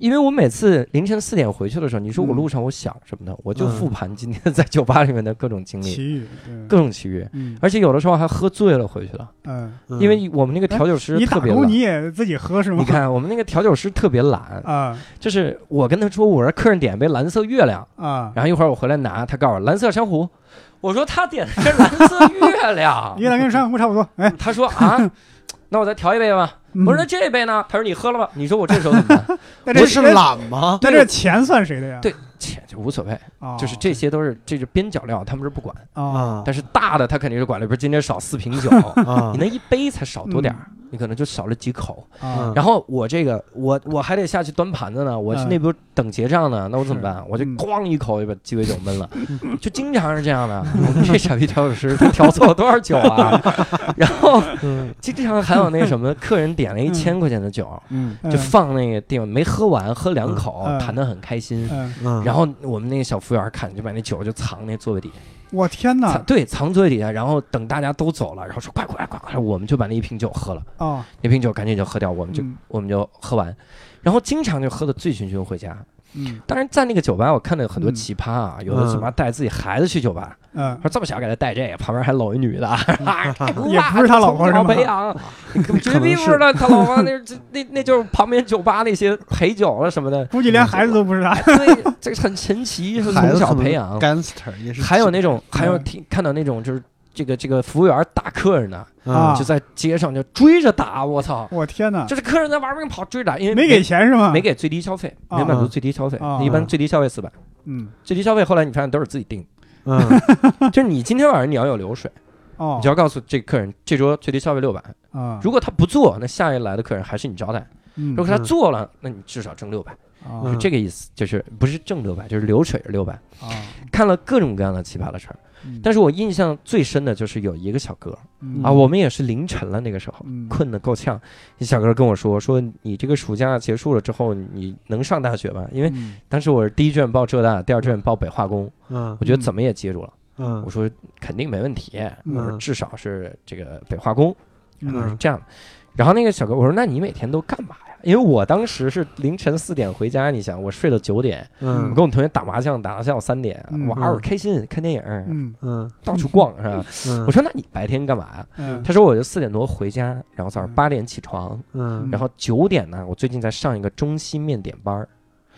因为我每次凌晨四点回去的时候，你说我路上我想什么呢？我就
嗯
复盘今天在酒吧里面的各种经历，
奇遇，对
各种奇遇，
嗯
而且有的时候还喝醉了回去的。
嗯，
嗯
因为我们那个调酒师
你打
特别
工
懒
你。也自己喝是吗？
你看，我们那个调酒师特别懒，
[laughs] 啊
就是我跟他说，我说客人点杯蓝色月亮，
啊，
然后一会儿我回来拿，他告诉我蓝色珊瑚，我说他点的是蓝色月
[laughs]
亮，
月亮跟珊瑚差
[laughs]
不多，哎，
他说
[laughs]
啊，那我再调一杯吧，
嗯
我说那这一杯呢？他说你喝了吧，你说我这时候怎么
[laughs]
办？
那
不
这
是
那
懒吗？
那这钱算谁的呀？
对切，就无所谓，
哦，
就是这些都是这是边角料，他们是不管，
啊，
啊
但是大的他肯定是管了，比如今天少四瓶酒，
哦
[laughs]
啊
你那一杯才少多点儿，
嗯
你可能就少了几口，
啊
然后我这个我我还得下去端盘子呢，我去
嗯
那边等结账呢，那我怎么办？我就
嗯
咣一口就把鸡尾酒
[laughs]
闷了，就经常是这样的。
嗯
我们这傻逼调酒师他调错了多少酒
[laughs]
啊？然后
嗯
经常还有那个什么客人点了一千块钱的酒，
嗯
就放那个地方没喝完，喝两口，
嗯
谈得很开心。
嗯，
嗯，
然后我们那个小服务员看就把那酒就藏那座位底下，
我天
藏
哪，
对藏座位底下，然后等大家都走了，然后说快快快快，我们就把那一瓶酒喝了，
啊，
那瓶酒赶紧就喝掉，我们就
嗯
我们就喝完，然后经常就喝得醉醺醺回家。
嗯
当然，在那个酒吧，我看到有很多
嗯
奇葩啊，有的
嗯
什么带自己孩子去酒吧，
嗯
说这么小给他带这个，旁边还搂一女的，太 [laughs] 酷了
也不是他老婆
从小
是吗
培养，绝
可
逼
能
不
是
是他他老婆，那这那那就是旁边酒吧那些陪酒了什么的，
估计连孩子都不是他。
哎对，这个很神奇，是
孩
从
子
小
可能
培养。
gangster 也是，
还有那种，还有
嗯
听看到那种就是这个这个服务员打客人的，
嗯
啊
就在街上就追着打，我操！
我天哪，
就是客人在外面跑追着打，因为
啊 [laughs] 没给钱是吗？
没给最低消费，
啊
没满足最低消费。
啊
一般最低消费四百，
嗯，
最低消费后来你发现都是自己定，
嗯
就是你今天晚上你要有流水，
哦
你就要告诉这个客人这桌最低消费六百。
啊，
如果他不做，那下一来的客人还是你招待；
嗯
如果他做了，那你至少挣六百，
啊
就这个意思，就是不是挣六百，就是流水是六百。
啊，
看了各种各样的奇葩的事儿，
嗯
但是我印象最深的就是有一个小哥
嗯
啊，我们也是凌晨了那个时候。
嗯
困得够呛，那小哥跟我说：“说你这个暑假结束了之后，你能上大学吗？因为
嗯
当时我是第一志愿报浙大，第二志愿报北化工，
嗯
我觉得怎么也接住了。
嗯
我说肯定没问题，
嗯
我说至少是这个北化工
嗯
这样。然后那个小哥我说那你每天都干嘛呀？因为我当时是凌晨四点回家，你想我睡到九点，
嗯
我跟我同学打麻将打到下午三点
嗯，
玩儿开心，看电影，
嗯
嗯
到处逛是吧？
嗯
我说那你白天干嘛呀？
嗯
他说我就四点多回家，然后早上八点起床，
嗯
然后九点呢，我最近在上一个中西面点班儿，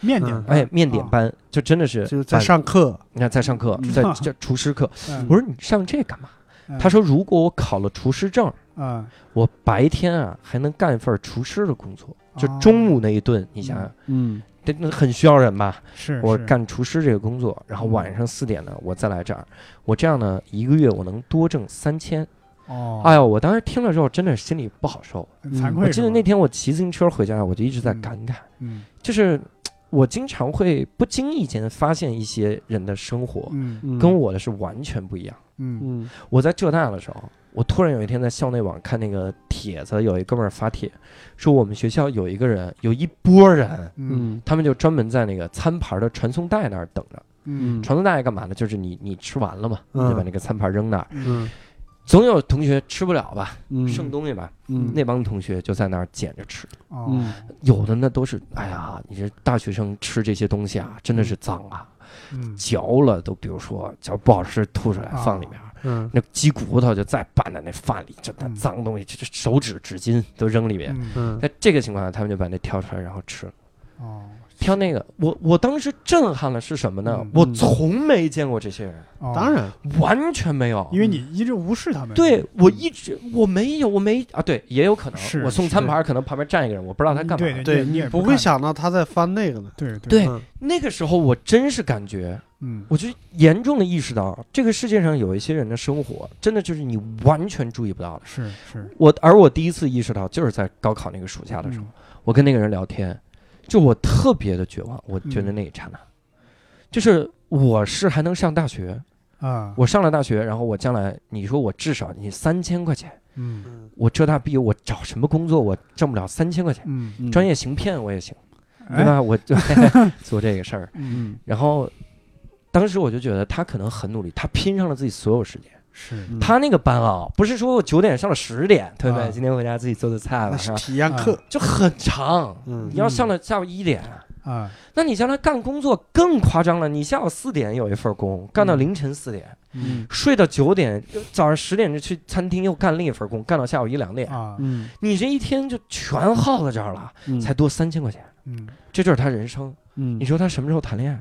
面点
嗯，
哎，面点班就真的是
就是在
晚，
上课，
你看在上课
嗯，
在在厨师课。
嗯，
我说你上这干嘛？
嗯
他说如果我考了厨师证，
嗯，
我白天啊还能干一份厨师的工作，
哦
就中午那一顿，你想想，
嗯
这那很需要人吧？
是
我
是
干厨师这个工作，然后晚上四点呢，我再来这儿，我这样呢，一个月我能多挣三千。
哦，
哎呀，我当时听了之后，真的是心里不好受。
很
嗯
惭
我
愧
记
是吧。
得那天我骑自行车回家，我就一直在
嗯
感慨，
嗯
就是我经常会不经意间发现一些人的生活
嗯
嗯
跟我的是完全不一样。
嗯
嗯
我在浙大的时候，我突然有一天在校内网看那个帖子，有一哥们儿发帖说我们学校有一个人，有一波人，
嗯
嗯
他们就专门在那个餐盘的传送带那儿等着。
嗯
传送带干嘛呢？就是你你吃完了嘛，你
嗯
就把那个餐盘扔那儿，
嗯
总有同学吃不了吧，
嗯
剩东西吧，
嗯
那帮同学就在那儿捡着吃。
哦
嗯
有的那都是，哎呀，你这大学生吃这些东西啊，真的是脏啊，
嗯
嚼了都，比如说嚼不好吃吐出来
啊
放里面，
嗯
那鸡骨头就再拌在那饭里，这那
嗯
脏东西，这这手指纸巾都扔里面。
嗯
嗯
在这个情况下，他们就把那挑出来然后吃了。
哦
挑那个，我我当时震撼的是什么呢
嗯？
我从没见过这些人，
哦，
当然
完全没有。
因为你一直无视他们，
嗯对我一直我没有我没啊，对，也有可能
是嗯
我送餐
是
盘，可能旁边站一个人，我不知道他干嘛。
对
对
你
你
也你
不会想到他在翻那个呢，
对对
对
嗯
那个时候我真是感觉，
嗯
我就严重的意识到，这个世界上有一些人的生活，真的就是你完全注意不到的。
是是
我而我第一次意识到，就是在高考那个暑假的时候，
嗯
我跟那个人聊天，就我特别的绝望，我觉得那一刹那，就是我是还能上大学，
啊
我上了大学，然后我将来，你说我至少你三千块钱，
嗯
我浙大毕业，我找什么工作我挣不了三千块钱，
嗯
嗯
专业行骗我也行，对
哎
吧？我就 [laughs] 做这个事儿，
嗯
然后当时我就觉得他可能很努力，他拼上了自己所有时间。
哎是
嗯
他那个班啊，不是说我九点上了十点，对不对？
啊
今天回家自己做的菜
那
了，
是
是吧？
体验课，
就很长，
嗯
你要上到下午一点，
啊
那你将来干工作更夸张了。你下午四点有一份工，干到凌晨四点，
嗯
睡到九点，早上十点就去餐厅又干另一份工，干到下午一两点。
啊
嗯
你这一天就全耗在这儿了，
嗯
才多三千块钱，
嗯，
这就是他人生。
嗯
你说他什么时候谈恋爱？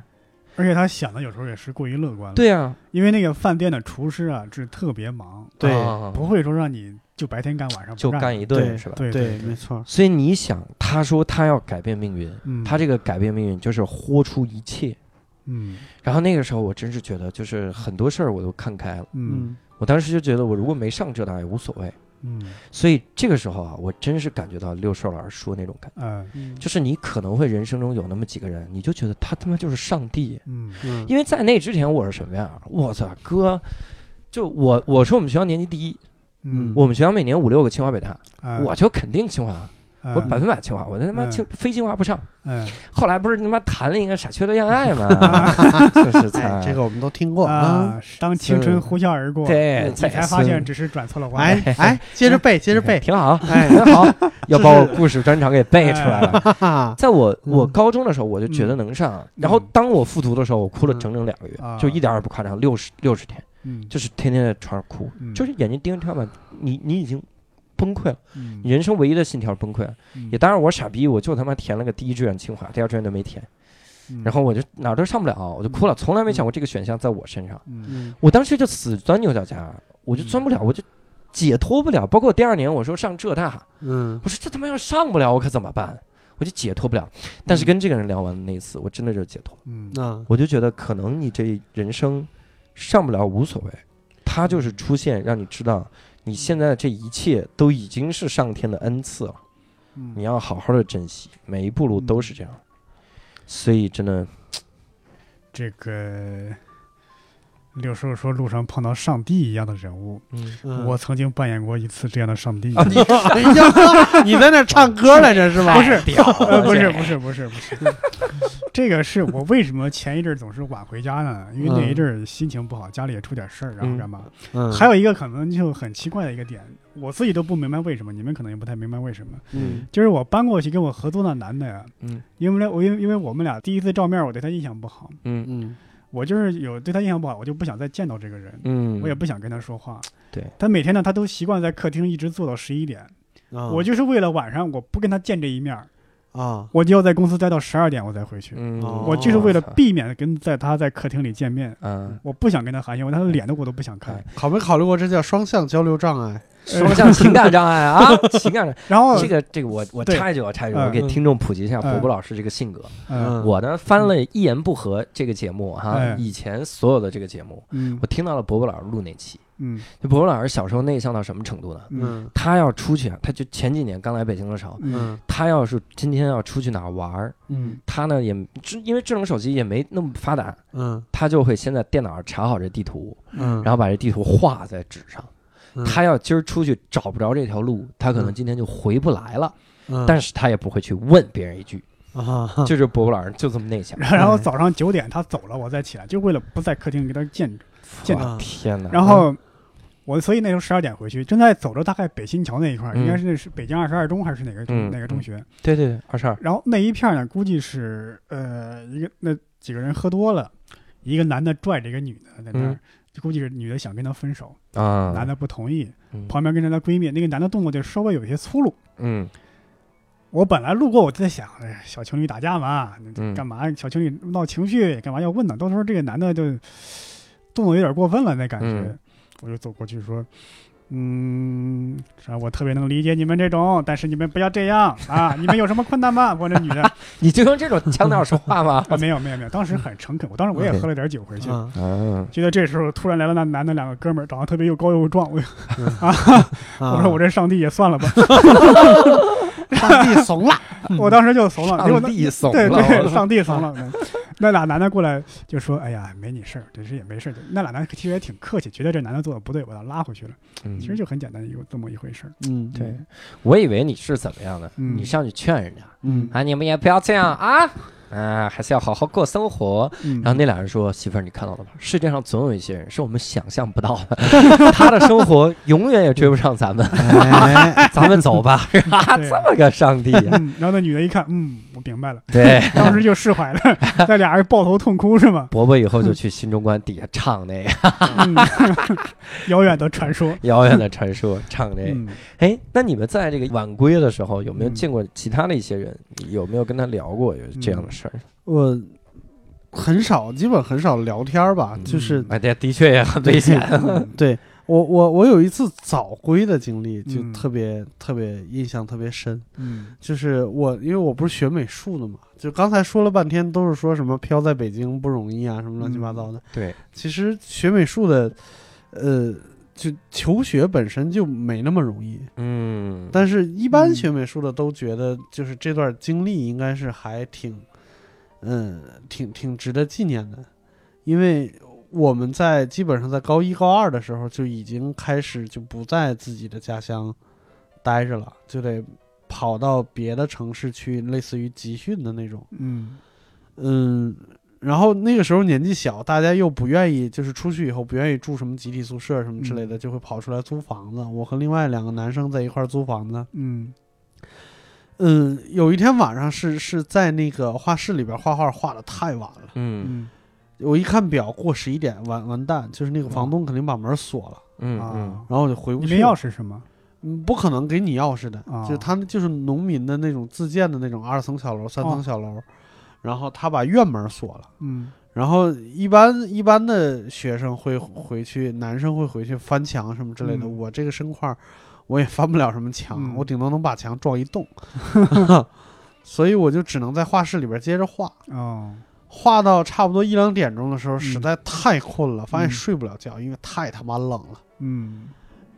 而且他想的有时候也是过于乐观了，，
对啊，
因为那个饭店的厨师啊是特别忙，
对
啊
不会说让你就白天干晚上不
就干
一
一顿
对
是吧？
对
对，没
对，
错，
所以你想，他说他要改变命运，
嗯
他这个改变命运就是豁出一切。
嗯
然后那个时候，我真是觉得，就是很多事儿我都看开了。
嗯
我当时就觉得，我如果没上浙大也无所谓。
嗯
所以这个时候啊，我真是感觉到六兽老师说那种感觉，
嗯
嗯
就是你可能会人生中有那么几个人，你就觉得他他妈就是上帝。
嗯
嗯
因为在那之前我是什么样啊？我操，哥，就我我是我们学校年级第一，
嗯
我们学校每年五六个清华北大，
啊
我就肯定清华。我
嗯
百分百清华，我他妈
嗯
清非清华不上。
嗯
后来不是他妈谈了一个傻缺的恋爱吗？就是才
哎，这个我们都听过啊。
啊，当青春呼啸而过，
对，嗯
你才发现只是转错了弯 [laughs]
哎。哎，接着背，接着背，
[laughs] 挺好，
哎，
挺好， [laughs] 要把我故事专场给背出来了。
哈
[laughs]
哈，
在我
嗯
哎我高中的时候，我就觉得能上。然后当我复读的时候，我哭了整整两个月
嗯啊，
就一点儿也不夸张，六十六十天，
嗯，
就是天天在床上哭，
嗯
就是眼睛盯着天花板，你你已经崩溃了，
嗯
你人生唯一的信条崩溃了。
嗯
也当然我傻逼，我就他妈填了个第一志愿清华，第二志愿都没填。
嗯
然后我就哪儿都上不了，我就哭了，从来没想过这个选项在我身上。
嗯
嗯
我当时就死钻牛角尖，我就钻不了，我就解脱不了。包括第二年我说上浙大，
嗯
我说这他妈要上不了，我可怎么办？我就解脱不了。但是跟这个人聊完的那一次，我真的就解脱了。
嗯
啊
我就觉得可能你这人生上不了无所谓，他就是出现让你知道你现在这一切都已经是上天的恩赐了，
嗯
你要好好的珍惜，每一步路都是这样。所以真的，
这个柳师傅说路上碰到上帝一样的人物，
嗯，
嗯 [laughs]
我曾经扮演过一次这样的上帝。
啊你
哎 [laughs] 呀，你在那唱歌来着是吧？
不是
屌
呃，不是
这
不是不是不 [laughs] 是，这个是我为什么前一阵儿总是晚回家呢？因为那一
嗯
阵儿心情不好，家里也出点事儿，然啊后干嘛？
嗯，
还有一个可能就很奇怪的一个点，我自己都不明白为什么，你们可能也不太明白为什么。
嗯
就是我搬过去跟我合租那男的呀，
嗯
因为我因因为我们俩第一次照面，我对他印象不好，
嗯
嗯
我就是有对他印象不好，我就不想再见到这个人，
嗯，
我也不想跟他说话。
对
他每天呢，他都习惯在客厅一直坐到十一点，
嗯
啊
我就是为了晚上我不跟他见这一面儿，
啊
我就要在公司待到十二点我再回去。
嗯，
哦
我就是为了避免跟在他在客厅里见面，
嗯，哎
我不想跟他寒暄，我连他的脸都我都不想看。
考没考虑过这叫双向交流障碍？
双向情感障碍啊， [laughs] 情感障
[laughs]
碍。
然后
这个这个我我
哦对
插一句，我插一句，
嗯
我给听众普及一下
嗯
伯伯老师这个性格。
嗯
我呢翻了《一言不合》这个节目哈
哎，
以前所有的这个节目，
嗯
我听到了伯伯老师录那期。
嗯
就伯伯老师小时候内向到什么程度呢？
嗯
嗯
他要出去啊，他就前几年刚来北京的时候，
嗯
嗯
他要是今天要出去哪儿玩儿，
嗯
他呢也智因为智能手机也没那么发达，
嗯
他就会先在电脑上查好这地图，
嗯，
然后把这地图画在纸上。
嗯
他要今儿出去找不着这条路，他可能
嗯
今天就回不来了，
嗯
但是他也不会去问别人一句。
啊
嗯
这就是伯伯老师就这么内向。
然后然后早上九点他走了，我再起来，就为了不在客厅跟他见着。
嗯
见
哇
到
天哪！
嗯然后我所以那时候十二点回去，正在走着大概北新桥那一块儿，
嗯
应该是那是北京二十二中还是哪个中
嗯
哪个中学？
对对对，二十二，
然后那一片儿呢，估计是呃一个那几个人喝多了，一个男的拽着一个女的在那儿
嗯，
就估计是女的想跟他分手，
啊，
男的不同意，
嗯
旁边跟着她闺蜜，那个男的动作就稍微有一些粗鲁。
嗯
我本来路过，我就在想，哎，小情侣打架嘛，
嗯
干嘛小情侣闹情绪，干嘛要问呢？到时候这个男的就动作有点过分了，那感觉，
嗯
我就走过去说。嗯，啊，我特别能理解你们这种，但是你们不要这样啊！你们有什么困难吗？我这女的
你就用这种腔调说话吗？
啊，没有没有没有，当时很诚恳，我当时我也
OK
喝了点酒回去，
啊
嗯，
觉得这时候突然来了那男的两个哥们儿，长得特别又高又壮，我
啊
我说我这上帝也算
[laughs]
了吧，
上帝怂
[laughs]
了，
我当时就怂了，结
嗯上
果啊那
帝怂
对
了，
对，上帝怂了。嗯那俩男的过来就说：“哎呀，没你事儿，这事也没事儿。”那俩男的其实也挺客气，觉得这男的做的不对，把他拉回去了。
嗯
其实就很简单，有这么一回事儿。
嗯
对，我以为你是怎么样的，
嗯
你上去劝人家
嗯
啊，你们也不要这样啊，啊，还是要好好过生活。
嗯
然后那俩人说：“媳妇儿，你看到了吗？世界上总有一些人是我们想象不到的， [laughs] 他的生活永远也追不上咱
[laughs]
们，
哎
咱们走吧。”是吧？
对
这么个上
[laughs]
帝啊，
嗯，然后那女的一看，嗯，我明白了，
对。
当时就释怀了。 [laughs] 那俩人抱头痛哭是吗？
伯伯以后就去新中关底下唱那个
嗯， [laughs] 遥远的传说。
遥远的传说，唱那个。
嗯，
哎，那你们在这个晚归的时候，有没有
嗯
见过其他的一些人？有没有跟他聊过有这样
嗯
的事儿？
我很少，基本很少聊天儿吧，
嗯
就是
哎，这的确也很危
[laughs]
险。
嗯
对我我我有一次早归的经历，就
嗯
特别、特别印象特别深。
嗯
就是我因为我不是学美术的嘛，就刚才说了半天都是说什么飘在北京不容易啊，什么乱七八糟的。
对，
其实学美术的，呃，就求学本身就没那么容易。
嗯，
但是，一般
嗯
学美术的都觉得，就是这段经历应该是还挺，嗯，挺挺值得纪念的，因为我们在基本上在高一高二的时候就已经开始就不在自己的家乡待着了，就得跑到别的城市去，类似于集训的那种。
嗯
嗯，然后那个时候年纪小，大家又不愿意，就是出去以后不愿意住什么集体宿舍什么之类的，就会跑出来租房子。我和另外两个男生在一块儿租房子。
嗯
嗯，有一天晚上是是在那个画室里边画画，画的太晚了。
嗯
嗯
我一看表，过十一点，完完蛋，就是那个房东肯定把门锁了，
嗯嗯
啊，
然后我就回不
你
去
没
了。
钥匙是吗？
嗯，不可能给你钥匙的，
啊
就是他们就是农民的那种自建的那种二层小楼、三
哦
层小楼，然后他把院门锁了。
嗯
然后一般一般的学生会回去，男生会回去翻墙什么之类的。
嗯
我这个身块儿，我也翻不了什么墙，
嗯
我顶多能把墙撞一洞， [laughs] 所以我就只能在画室里边接着画。
哦，
画到差不多一两点钟的时候，
嗯
实在太困了，发现
嗯
睡不了觉，因为太他妈冷了。
嗯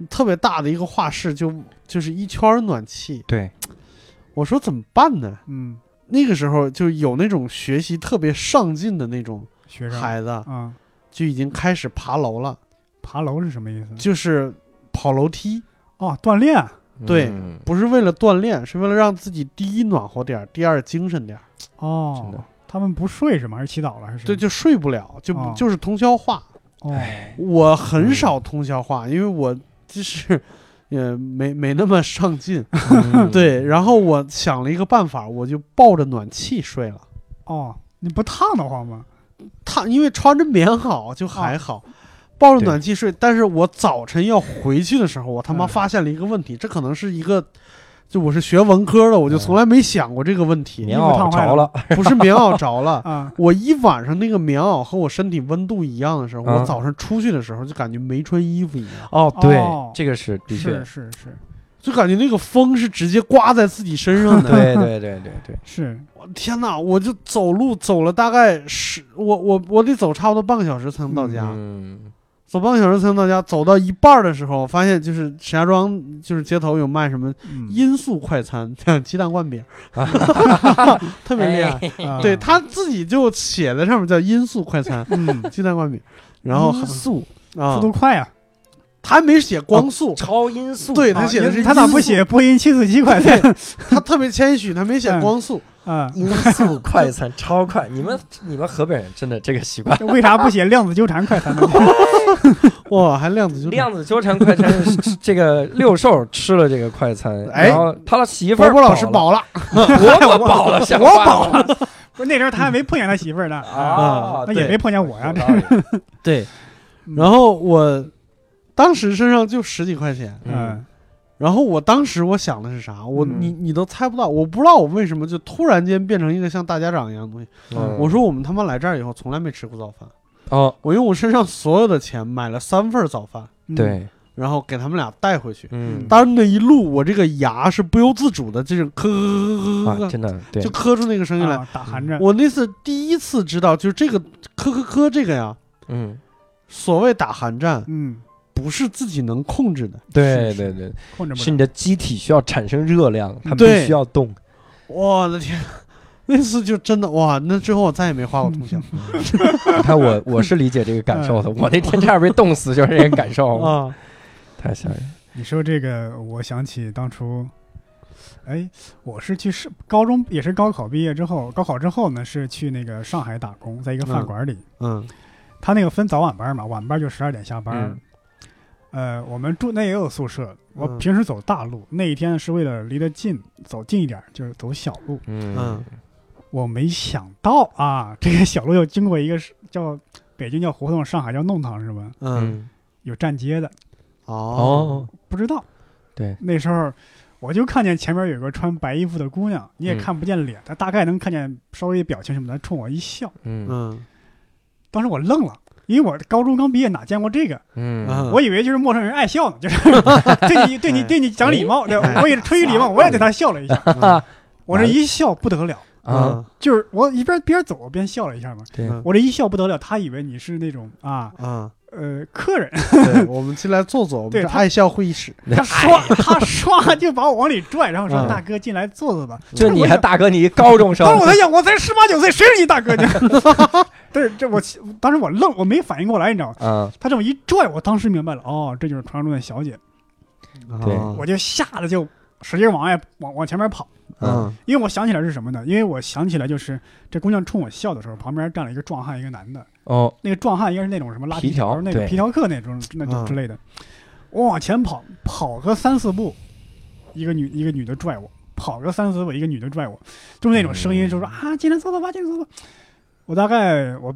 特别大的一个画室就就是一圈儿暖气，
对，
我说怎么办呢？
嗯，
那个时候就有那种学习特别上进的那种
学生
孩子，
啊，
就已经开始爬楼了，
爬楼是什么意思？
就是跑楼梯，
哦，锻炼，
对
嗯
不是为了锻炼，是为了让自己第一暖和点儿，第二精神点儿。
真的
哦，他们不睡是吗？还是祈祷了还是什
对，
么？
就睡不了，就不、
哦
就是通宵画。
哦，
我很少通宵画，因为我就是也没没那么上进。
嗯
[laughs] 对，然后我想了一个办法，我就抱着暖气睡了。
哦，你不烫得慌吗？
他因为穿着棉袄就
啊
还好，抱着暖气睡。但是我早晨要回去的时候，我他妈
嗯
发现了一个问题，这可能是一个，就我是学文科的，我就从来没想过这个问题。
棉袄着了，
[laughs] 不是棉袄着了，
啊，
我一晚上那个棉袄和我身体温度一样的时候，
嗯
我早上出去的时候就感觉没穿衣服一样，
哦，对
哦，
这个是的确
是，是是
就感觉那个风是直接刮在自己身上
[laughs]
的。
对对对对对，
是，
我天哪！我就走路走了大概十，我我我得走差不多半个小时才能到家。
嗯，
走半个小时才能到家，走到一半儿的时候，发现就是石家庄就是街头有卖什么
嗯
音速快餐， [laughs] 鸡
[laughs]
蛋灌饼，特别厉
哎
害。
啊，
[laughs] 对他自己就写在上面叫音速快餐
嗯，
鸡蛋灌饼，然后
音速
[laughs] 啊哦
速，度快啊，
他还没写光速，
超音速，
对
啊
他写的是
他咋
音
不
速 [laughs]
写波音七四七快餐
他特别谦虚，他没写
嗯
光速，
啊？
音速快餐超快，你们你们河北人 [laughs] 真的这个习惯，
这为啥不写量子纠缠快
[laughs]
餐呢？
哇，还量子就
量子纠缠快餐是是这个六兽吃了这个快餐，
哎
然后他的媳妇
波
儿
波老师
饱
饱了，
了，我我饱了，像
我
话
饱
吗
不是那时候他还没碰见他媳妇
[laughs]
儿呢，
啊，
那也
对
没碰见我哎呀
有。道理
对，
嗯
然后我当时身上就十几块钱，
嗯
嗯，
然后我当时我想的是啥？我
嗯
你你都猜不到，我不知道我为什么就突然间变成一个像大家长一样的东西。
嗯
我说我们他妈来这儿以后从来没吃过早饭，
哦，
我用我身上所有的钱买了三份早饭，
嗯，
对，
然后给他们俩带回去。
嗯，
当然那一路我这个牙是不由自主的，这种磕磕磕磕
啊，
磕磕，
真的对
就，磕出那个声音来。
啊打寒颤，
我那次第一次知道，就是这个磕磕磕这个呀，
嗯，
所谓打寒战
嗯，
不是自己能控制的。
对
是
对
是
对，
控制不
是
了。
你的机体需要产生热量，它必
对
须要动，
我的天，那次就真的哇！那之后我再也没画过通宵。
你看我我是理解这个感受的，我那天差点被冻死，就是这个感受，
啊，
太吓人。
你说这个，我想起当初，哎，我是去是高中，也是高考毕业之后，高考之后呢，是去那个上海打工，在一个饭馆里，
嗯
他那个分早晚班嘛，晚班就十二点下班。
嗯
呃，我们住那也有宿舍，我
嗯
平时走大路，那一天是为了离得近，走近一点，就是走小路。
嗯
嗯，
我没想到啊，这个小路要经过一个是叫北京叫胡同，上海叫弄堂是吧？
嗯，
有站街的，
哦，
哦，
不知道。
对，
那时候我就看见前面有个穿白衣服的姑娘，你也
嗯
看不见脸，她大概能看见稍微表情什么的，冲我一笑。
嗯
嗯
当时我愣了，因为我高中刚毕业，哪见过这个？
嗯嗯
嗯，
我以为就是陌生人爱笑呢，就是 [laughs] 对你对你对你讲礼貌，对
哎
我也是出于礼貌，我也对她笑了
[laughs]
一下。
嗯
哎
我这一笑不得了，
啊，
就是我一边边走我边笑了一下嘛。
对，
嗯
我这一笑不得了，她以为你是那种啊
啊，
呃客人，
对，我们进来坐坐，我们
对
是
他
爱笑会议室，
哎
她唰她唰就把我往里拽，然后说
嗯
大哥进来坐坐吧。
这你还大哥，你一高中生
当，时我在想，我才十八九岁，谁是你大哥呢？ [laughs] 但是这我当时我愣，我没反应过来，你知道吗？
啊，
他这么一拽，我当时明白了，哦，这就是传说中的小姐，
对
啊
我就吓得就使劲往外往往前面跑，
嗯
嗯
因为我想起来是什么呢？因为我想起来就是这姑娘冲我笑的时候，旁边站了一个壮汉，一个男的，
哦，
那个壮汉应该是那种什么拉
皮条
条那种
对
皮条客那种那种
嗯
之类的。我往前跑，跑个三四步，一个女一个女的拽我，跑个三四步，一个女的拽我，就是那种声音，就说
嗯
啊，进来坐坐吧，进来坐坐。我大概我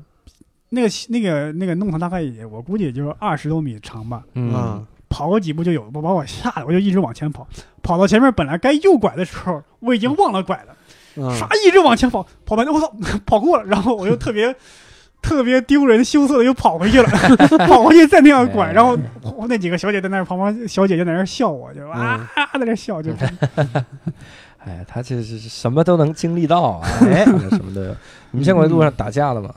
那个那个那个弄堂大概也我估计也就二十多米长吧，
嗯
啊，
跑个几步就有，我把我吓得我就一直往前跑，跑到前面本来该右拐的时候，我已经忘了拐了。
嗯
唰一直往前跑，跑半天，我操， [laughs] 跑过了，然后我又特别 [laughs] 特别丢人羞涩的又跑回去了， [laughs] 跑回去再那
哎
样拐，然后我那几个小姐在那儿旁边，小姐姐在那儿笑我，就啊、
嗯
在那儿笑，就啊
哎，他这是什么都能经历到 [laughs] 啊，哎，什么都有。你见过路上打架的吗？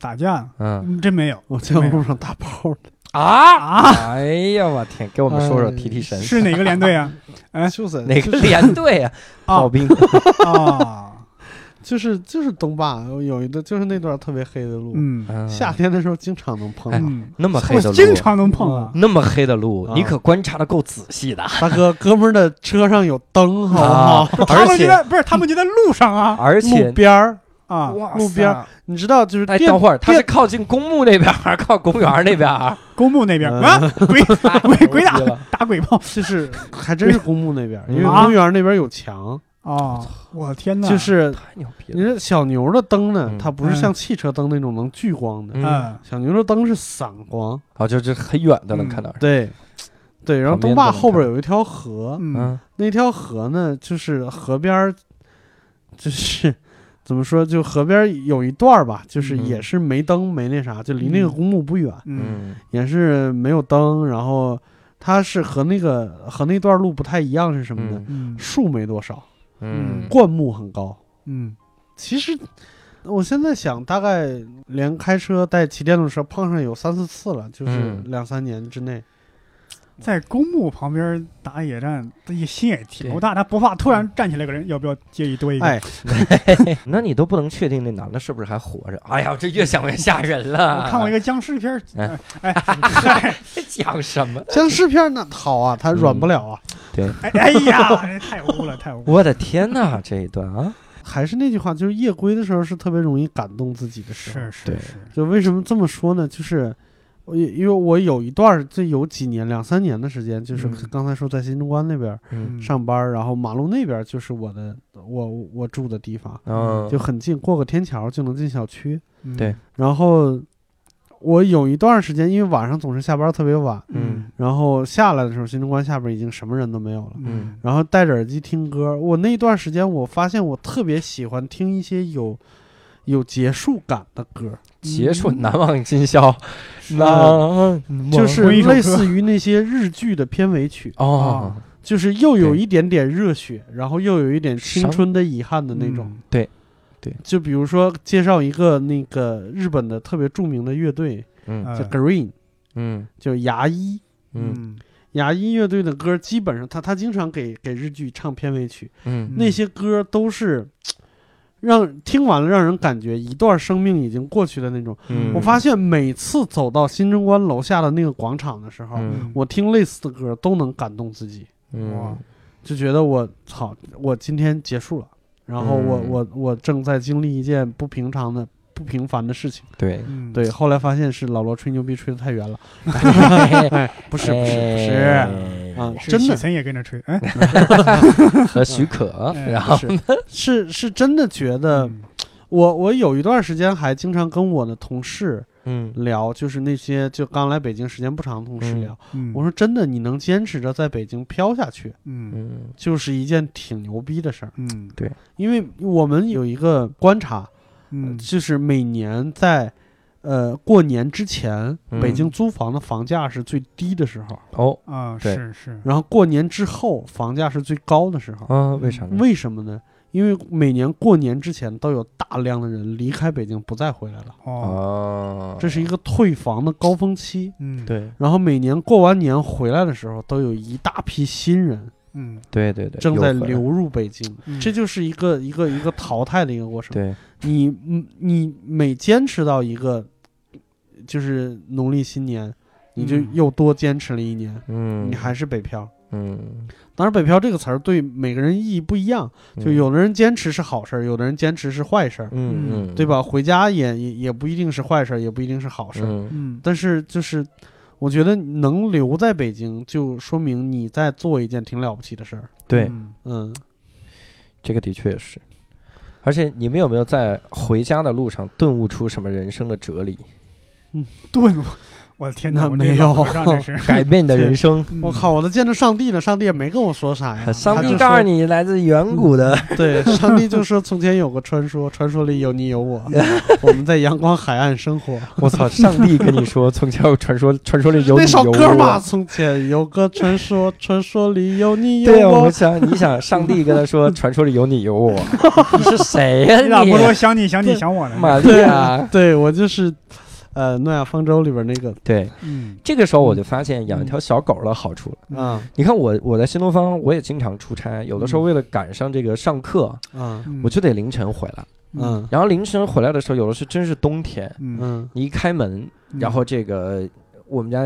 打架，
嗯
嗯，真没有
我在路上打炮的，
啊，
啊，
哎呀，我天，给我们说说提提神，
是哪
[laughs]
个连队啊？哎
就在
哪个连队啊？
啊
炮兵
啊，
就是就是东坝有有一个就是那段特别黑的路，
嗯
嗯
夏天的时候经常能碰到。
嗯，
那么黑
我
的
经
路，
常能碰到。
嗯那么黑的路
啊，
你可观察的够仔细的
大哥，哥们儿的车上有灯，好不
哎啊
好？！
哦他
而
们就
且
在不是，他们就在路上啊
而
路
且，
边儿，
啊，
嗯哇
路边
塞
你知道就是
哎，
电
等会儿他是靠近公墓那边儿，还 [laughs] 是靠公园儿那边儿？
公墓那边
嗯
啊，
[laughs]
鬼鬼鬼打
牛逼了
打鬼炮
就是还真是公墓那边儿，因为
啊
公园那边有墙，
哦，我的天哪！
就是
太牛逼
你
了！
说小牛的灯呢，
嗯
它不是像汽车灯那种能聚光的，
嗯，
嗯
小牛的灯是散光。
好，哦就是很远的能看到。
对，对，然后
旁边
东坝
都能
后边有一条河，
嗯
嗯
那条河呢，就是河边儿，就是怎么说，就河边儿有一段儿吧，就是
嗯
也是没灯没那啥，就离那个
嗯
公墓不远，
嗯
嗯
也是没有灯，然后它是和那个和那段路不太一样是什么呢？
嗯
嗯
树没多少，
嗯
灌木很高。
嗯
其实我现在想，大概连开车带骑电动车碰上有三四次了，就是
嗯
两三年之内。
在公墓旁边打野战，他也心也挺
对
不大，他不怕突然站起来个人，要不要介意多一个？
哎，
那你都不能确定那男的是不是还活着？哎呀，这越想越吓人
我
了。
看过一个僵尸片儿，
哎
哎哎
个讲什么？
僵尸片那好啊，
嗯
它软不了啊。
哎哎呀，这太污了，太污了。
我的天哪，这一段啊，
还是那句话，就是夜归的时候是特别容易感动自己的时候。
是
对
是是，
就为什么这么说呢？就是我也因为我有一段儿，这有几年两三年的时间，就是
嗯
刚才说在新中关那边儿
嗯
上班儿，然后马路那边儿就是我的我我住的地方，
嗯
就很近，过个天桥就能进小区。
嗯
对，
然后我有一段时间，因为晚上总是下班特别晚，
嗯
然后下来的时候，新中关下边已经什么人都没有了。
嗯
然后戴着耳机听歌，我那段时间我发现我特别喜欢听一些有有结束感的歌，
结束难忘今宵，
是
难忘
就是
同一首歌
类似于那些日剧的片尾曲，
哦，
就是又有一点点热血，然后又有一点青春的遗憾的那种。
嗯
就比如说介绍一个那个日本的特别著名的乐队
嗯
叫
呃
Green，
嗯
叫牙医。
嗯
嗯
牙医乐队的歌基本上他他经常给给日剧唱片尾曲，
嗯
那些歌都是让听完了让人感觉一段生命已经过去的那种。
嗯，
我发现每次走到新中关楼下的那个广场的时候，
嗯
我听类似的歌都能感动自己，
嗯
就觉得我操，我今天结束了，然后我、
嗯
我我正在经历一件不平常的。不平凡的事情，
对，
嗯
对。后来发现是老罗吹牛逼吹得太远了， [laughs] 哎，不 [laughs] 是不是不是
哎
啊，
是
真 [laughs]
许
的
岑也跟着吹，哎，
和许可，
哎
然
不
后
是啊 [laughs] 是是真的觉得
嗯
我我有一段时间还经常跟我的同事，
嗯
聊，就是那些就刚来北京时间不长的同事
嗯
聊。
嗯
我说真的，你能坚持着在北京飘下去，
嗯
嗯
就是一件挺牛逼的事儿。
嗯
因为我们有一个观察，
嗯
就是每年在呃过年之前，
嗯
北京租房的房价是最低的时候，
哦
啊，
对
是是，
然后过年之后房价是最高的时候。
啊，为啥呢？
为什么呢？因为每年过年之前都有大量的人离开北京不再回来了，
哦，
哦，
这是一个退房的高峰期。
嗯，，
对
然后每年过完年回来的时候，都有一大批新人
嗯
对对对，
正
又
在
回来
流入北京，
嗯
这就是一个一个一个淘汰的一个过程。
对，
你嗯你每坚持到一个，就是农历新年，你就
嗯
又多坚持了一年，
嗯，
你还是北漂。
嗯，
当然，“北漂”这个词儿对每个人意义不一样，就有的人坚持是好事儿，有的人坚持是坏事儿，
嗯嗯，
对？吧？回家也也也不一定是坏事儿，也不一定是好事儿。
嗯
嗯
但是就是，我觉得能留在北京，就说明你在做一件挺了不起的事儿。
对，
嗯
嗯，
这个的确是。而且你们有没有在回家的路上顿悟出什么人生的哲理？ [laughs]
顿悟，我的天哪，
那
我这
没
老
有
和尚这是，
改变你的人生，
嗯
我，靠，我都见着上帝了，上帝也没跟我说嗯啥
[laughs]
呀。
上帝
[laughs] 他就
告诉你来自远古的，
说，对，上帝就说从前有个传说，传说里有你
[laughs]
有我，我们在阳光海岸生活。
我操！上帝跟你说，从前有传说，传说里有
那
你
首
有
歌嘛，
我。
从前有个传说，传说里有你
对啊，
有
我
我。
想你想，上帝跟他
[laughs]
说，传说里有你有我，你是谁呀、
你咋
哎你
不说想你想你想我呢？
玛利
对啊
亚，
对，我就是，呃《诺亚方舟》里边那个
对，
嗯
这个时候我就发现养一
嗯
条小狗的好处了。
啊
你看我我在新东方，我也经常出差，有的时候
嗯
为了赶上这个上课，
啊
我就得凌晨回来。
嗯
然后凌晨回来的时候，有的是真是冬天，
嗯
嗯
你一开门，
嗯
然后这个我们家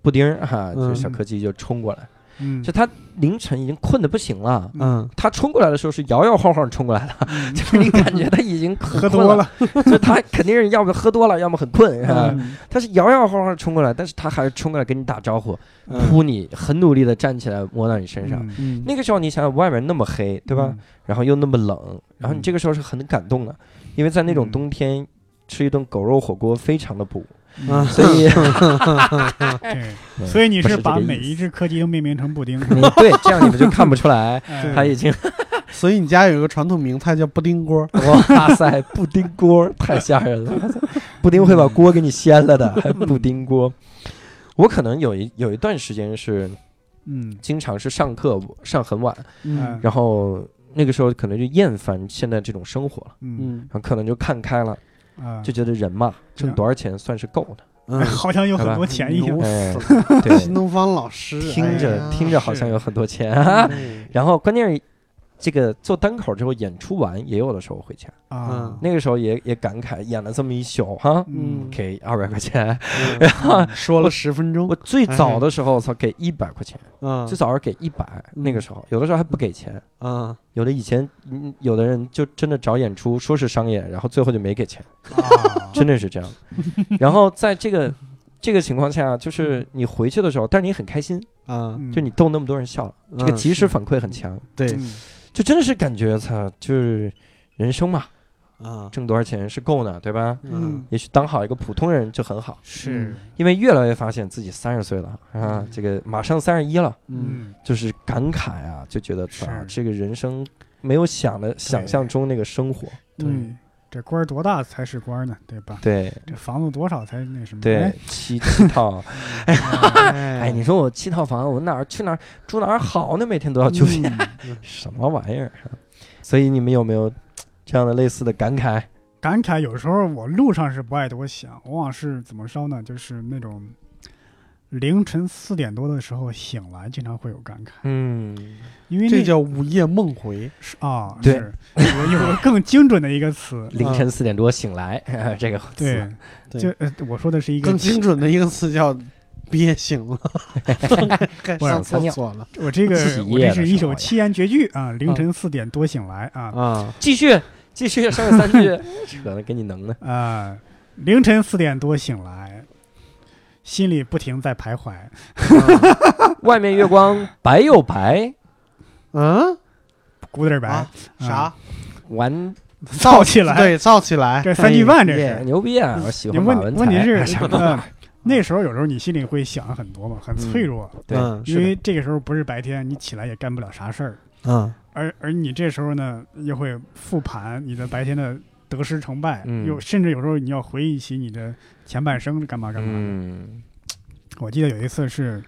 布丁儿哈，这
嗯
小柯基就冲过来，
嗯
就他凌晨已经困得不行了。
嗯
他冲过来的时候是摇摇晃晃冲过来的，就是你感觉他已经很
嗯喝
困了，
多了，
[laughs] 就他肯定是要么喝多了，要么很困。啊
嗯
他是摇摇晃晃冲过来，但是他还是冲过来跟你打招呼，扑你，很努力的站起来摸到你身上。
嗯
嗯
那个时候你想想，外面那么黑，对吧？？然后又那么冷，然后你
嗯
这个时候是很感动的，因为在那种
嗯
冬天吃一顿狗肉火锅非常的补，
嗯
啊
所
[laughs]
以
对，所以你
不是
是
这
把
个意
每一只柯基都命名成
[laughs]
布丁，，
你对这样你们就看不出来
哎
对
他已经，
嗯所以你家有一个传统名菜叫布丁锅
哇塞布丁锅太吓人了， [laughs] 布丁会把锅给你掀 [laughs] 了的，还布丁锅。我可能有一有一段时间是
嗯
经常是上课上很晚，
哎
嗯
然后那个时候可能就厌烦现在这种生活了，
嗯
嗯
然后可能就看开了，
啊，
嗯
哎
就觉得人嘛挣多少钱算是够的。
嗯，
好像有
好吧
很多钱一样
牛。
哎
死了，
[laughs] 对，
新东方老师
听
哎
着
呀
听着好
是
像有很多钱啊，
对
[laughs] 然后关键是这个做单口之后演出完，也有的时候回家，
啊，
那个时候也也感慨演了这么一宿哈，
嗯
给二百块钱。
嗯说了十分
啊
钟哎
我，最早的时候操给一百块钱，
嗯
最早是给一百，
嗯
那个时候有的时候还不给钱。
啊
有的以前，嗯有的人就真的找演出，说是商演，然后最后就没给钱，
[laughs]
啊，
真的是这样。然后在这个这个情况下，就是你回去的时候，但是你很开心，
啊，
就你逗那么多人笑了，这个
嗯
及时反馈很强。
对
就真的是感觉操，就是人生嘛，
啊
挣多少钱是够呢，对吧？
嗯
也许当好一个普通人就很好，
是
因为越来越发现自己三十岁了啊，这个马上三十一了，
嗯
就是感慨啊，就觉得
是
啊，这个人生没有想的想象中那个生活，
对，这官儿多大才是官儿呢？对吧？
对
这房子多少才那什么？
对
哎，，
七七套， [laughs] 哎，
哎
你说我七套房，我哪儿去哪儿住哪儿好呢？每天都要纠结，
嗯
什么玩意儿？所以你们有没有这样的类似的感慨？
感慨有时候我路上是不爱多想，往往是怎么说呢？就是那种凌晨四点多的时候醒来，经常会有感慨，
嗯，
因为
这
那
叫午夜梦回，
是啊，
对
是有有个更精准的一个
[laughs]，
词
凌晨四点多醒来， [laughs] 这个词
对，
对
就呃，我说的是一个
更精准的一个词叫憋醒
[laughs]
了，该
不想
上厕
撒尿
所了
我这个
自己
我
夜
这
的
是一
时候
首
呀
七言绝句啊，凌晨四点多醒来啊
啊
继续继续上三句， [laughs] 扯的给你能的，
啊，凌晨四点多醒来，心里不停在徘徊，
外面月光白又白，啊
嗯
鼓点儿白
啊啥
完
[laughs] 燥起来
对燥起来哎
这三句半这是。
牛逼啊！我喜
你
欢马
问
文
问题
才， [laughs]
是
什么
[laughs] 嗯，那时候有时候你心里会想很多嘛，很脆弱，
对，
嗯
因为这个时候不是白天，你起来也干不了啥事儿，
嗯
而而你这时候呢，又会复盘你的白天的得失成败，
嗯
又甚至有时候你要回忆起你的前半生干嘛干嘛的。
嗯
我记得有一次是，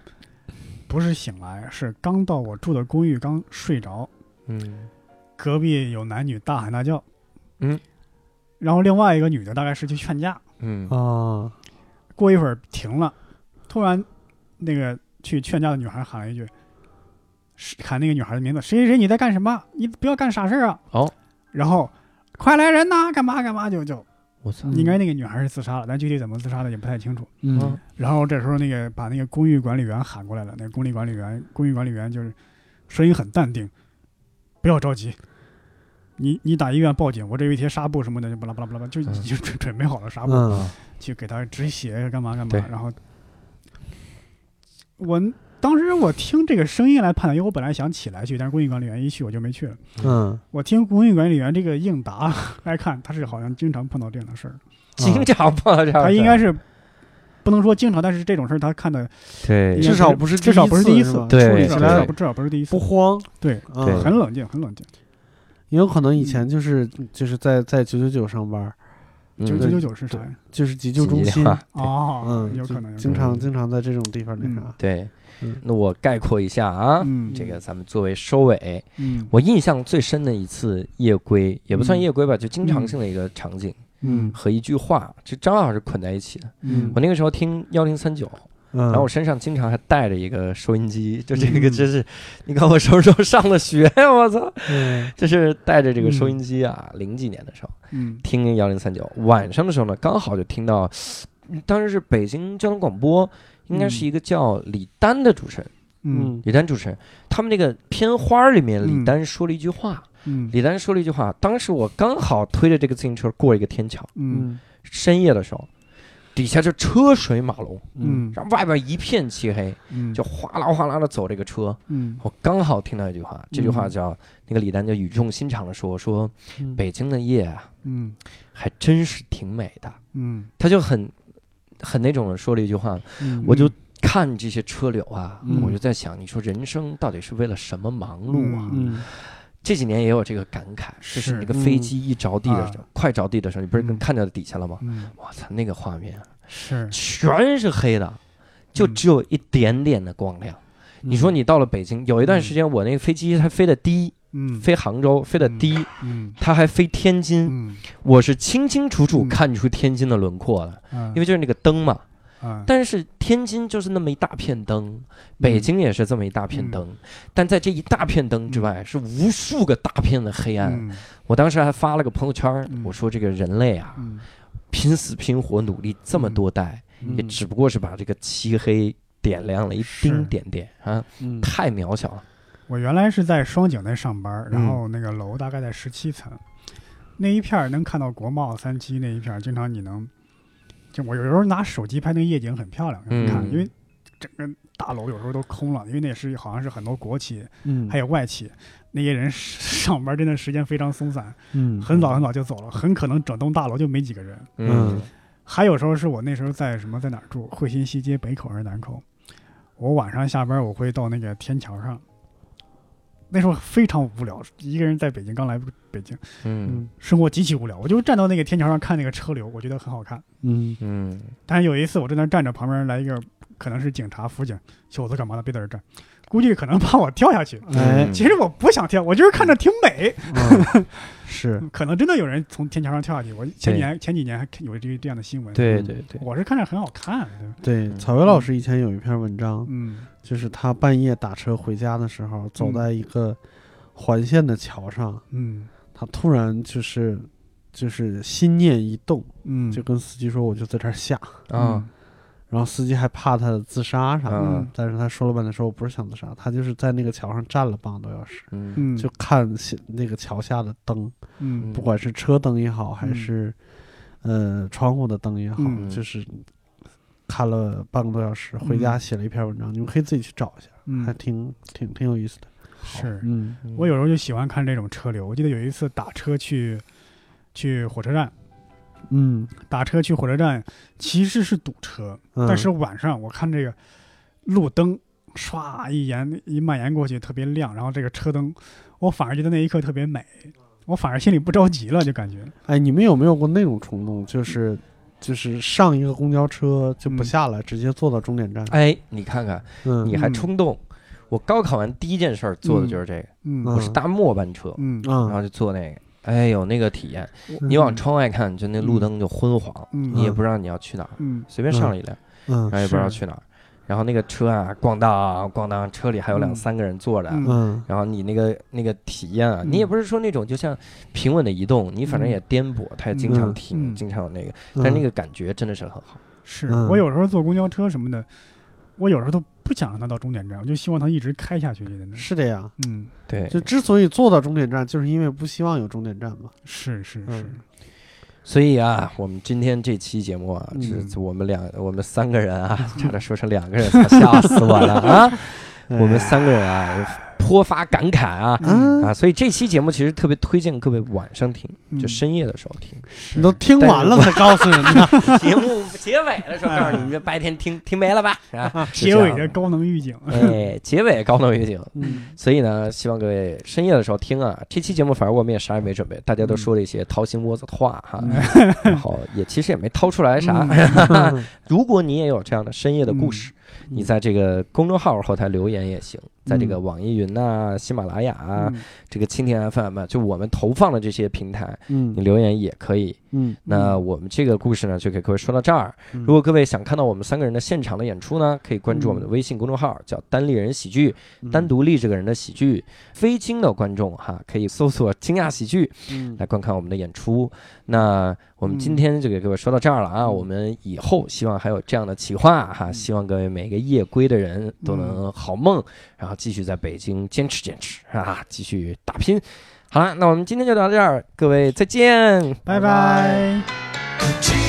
不是醒来，是刚到我住的公寓，刚睡着，
嗯
隔壁有男女大喊大叫，
嗯，
然后另外一个女的大概是去劝架，
嗯
啊
过一会儿停了，突然那个去劝架的女孩喊了一句，是喊那个女孩的名字，谁谁谁你在干什么？你不要干傻事儿啊！
哦，
然后快来人呐，干嘛干嘛就就，
我操
应该那个女孩是自杀了，但具体怎么自杀的也不太清楚。
嗯
然后这时候那个把那个公寓管理员喊过来了，那个公寓管理员，公寓管理员就是声音很淡定，不要着急，你你打医院报警，我这有一些纱布什么的，就巴拉巴拉巴拉巴拉，就
嗯
已经准准备好了纱布，
嗯
去给他止血干嘛干
对
嘛。然后我当时我听这个声音来判断，因为我本来想起来去，但是公寓管理员一去我就没去了。
嗯，
我听公寓管理员这个应答 [laughs] 来看，他是好像经常碰到这样的事儿，
经常碰到这样的事儿，
他应该是。不能说经常，但是这种事儿他看的
对
应该
至少不是
至少不是第一次
吧，
对
处
对
理起来至少不至少不是第一次
不，慌，
对，
啊
对
很冷静，很冷静。
也有可能以前就是就是在在九九九上班，
嗯
九
是
九九九是啥呀？
就是急救中
紧急
心
电，话
哦，
嗯，
有可
就
能，有可
经
能
常经常在这种地方那
[laughs]
啥，
对
嗯，
那我概括一下啊，
嗯，
这个咱们作为收尾，
嗯，
我印象最深的一次夜归，也不算
嗯
夜归吧，就经常
嗯
性的一个场景，
嗯
和一句话，这正好是捆在一起的。
嗯
我那个时候听幺零三九，
嗯，
然后我身上经常还带着一个收音机，就这个
嗯
真是，你看我什么时候上的学呀？我操，
嗯
就是带着这个收音机啊，零几年的时候
嗯
听幺零三九，晚上的时候呢，刚好就听到，嗯当时是北京交通广播，应该是一个叫李丹的主持人，
嗯
李丹主持人，他们那个片花儿里面，
嗯
李丹说了一句话，
嗯
李丹说了一句话，当时我刚好推着这个自行车过一个天桥，
嗯
深夜的时候，底下就车水马龙，
嗯
嗯
然后外边一片漆黑。
嗯，
就哗啦哗啦的走这个车，
嗯
我刚好听到一句话，这句话叫、那个李丹就语重心长的说说
嗯
北京的夜啊，
嗯
还真是挺美的。
嗯，
他就很很那种地说了一句话，
嗯
我就看这些车流啊，
嗯
我就在想，你说人生到底是为了什么忙碌啊？
嗯
这几年也有这个感慨，就是
是
那个飞机一着地的时候，快着地的时候，你不是能
嗯
看到底下了吗？
嗯
我操，那个画面
是，
全是黑的，就
嗯
只有一点点的光亮。你说你到了北京，有一段时间我那个飞机它飞得低，
嗯
飞杭州飞得低，
嗯
它还飞天津，
嗯
我是清清楚楚
嗯
看出天津的轮廓了，因为就是那个灯嘛。
啊
但是天津就是那么一大片灯，
嗯
北京也是这么一大片灯，但在这一大片灯之外是无数个大片的黑暗。
嗯
我当时还发了个朋友圈
嗯，
我说这个人类啊，
嗯
拼死拼活努力这么多代，也
嗯
只不过是把这个漆黑点亮了一丁
是
点点啊，
嗯
太渺小了。
我原来是在双井那上班儿，
嗯
然后那个楼大概在十七层，那一片儿能看到国贸三期那一片儿，经常你能，就我有时候拿手机拍那个夜景很漂亮，
嗯
看，因为整个大楼有时候都空了，因为那是好像是很多国企
嗯
还有外企，那些人 [laughs] 上班真的时间非常松散，
嗯
很早很早就走了，很可能整栋大楼就没几个人。
嗯
还有时候是我那时候在什么在哪儿住，惠新西街北口还是南口，我晚上下班我会到那个天桥上，那时候非常无聊，一个人在北京刚来北京，
嗯
生活极其无聊，我就站到那个天桥上看那个车流，我觉得很好看。 [laughs]
嗯
嗯
但是有一次我正在站着，旁边来一个可能是警察辅警，小伙子干嘛呢？别在这儿站，估计可能怕我跳下去。
嗯
哎
其实我不想跳，我就是看着挺美，
嗯
[laughs]
是
可能真的有人从天桥上跳下去。我前几年前几年还看有这个这样的新闻，
对
嗯
对对，
我是看着很好看，对吧？
对
嗯
草薇老师以前有一篇文章，
嗯。
就是他半夜打车回家的时候，走
嗯
在一个环线的桥上，
嗯
他突然就是就是心念一动，
嗯，
就跟司机说我就在这儿下，
啊，
然后司机还怕他自杀啥的，
嗯
但是他说了半天说我不是想自杀，他就是在那个桥上站了半个多小时，
嗯
嗯
就看西那个桥下的灯，
嗯
不管是车灯也好，还
嗯
是、呃窗户的灯也好，
嗯
就是看了半个多小时，回家写了一篇文章，你们可以自己去找一下，还
嗯
挺挺挺有意思的。
是
嗯
我有时候就喜欢看这种车流。我记得有一次打车去去火车站，
嗯，
打车去火车站其实是堵车，
嗯
但是晚上我看这个路灯唰一延一蔓延过去特别亮，然后这个车灯，我反而觉得那一刻特别美，我反而心里不着急了，就感觉
哎，你们有没有过那种冲动，就是就是上一个公交车就不
嗯
下来，直接坐到终点站？
哎，你看看，
嗯，
你还
嗯
冲动。我高考完第一件事儿做的就是这个，
嗯
我是搭末班车，
嗯
然
啊，
后就坐那个，哎呦那个体验，
嗯
你往窗外看，就那路灯就昏黄，
嗯
你也不知道你要去哪儿，
嗯
随便上了一辆，
嗯
然后也不知道
是
去哪儿，然后那个车啊咣当咣当，车里还有两
嗯
三个人坐着。
嗯
嗯
然后你那个那个体验啊，
嗯
你也不是说那种就像平稳的移动，你反正也颠簸，它也经常停，
嗯
经常有那个，
嗯，
但那个感觉真的是很好。
是
嗯
我有时候坐公交车什么的，我有时候都不想让它到终点站，我就希望它一直开下去，就在那儿。
是这样。
嗯，
对，
就之所以坐到终点站，就是因为不希望有终点站嘛。
是是是，
嗯
所以啊，我们今天这期节目啊，
嗯
是我们两我们三个人
[laughs]
啊，差点说成两个人，操吓死我了
哎
啊！我们三个人啊，颇发感慨啊
嗯，
啊！所以这期节目其实特别推荐各位晚上听，
嗯
就深夜的时候听。
你都听
但是
完了才告诉
[laughs]
人家。
节目结尾的时候告诉你们，这白天听听没了吧？啊，是
结
这
尾
样
的高能预 [laughs] 警。
哎，结尾高能预警。
嗯
所以呢，希望各位深夜的时候听啊，这期节目反正我们也啥也没准备，大家都说了一些掏心窝子的话哈，然后也其实也没掏出来啥。
嗯
[laughs] 如果你也有这样的深夜的故事，你在这个公众号后台留言也行，在这个
嗯
网易云呐、喜马拉雅啊、
嗯
这个蜻蜓 FM，啊就我们投放的这些平台，
嗯
你留言也可以。
嗯，
那我们这个故事呢，就给各位说到这儿。如果各位想看到我们三个人的现场的演出呢，可以关注我们的微信公众号，叫“单立人喜剧”，
嗯
单独立这个人的喜剧。非京的观众哈，可以搜索“惊讶喜剧”
嗯
来观看我们的演出。那我们今天就给各位说到这儿了
嗯
啊！我们以后希望还有这样的企划哈，希望各位每个夜归的人都能好梦，然后继续在北京坚持坚持啊，继续打拼。好了，那我们今天就聊到这儿，各位再见。
拜拜。
Cheese.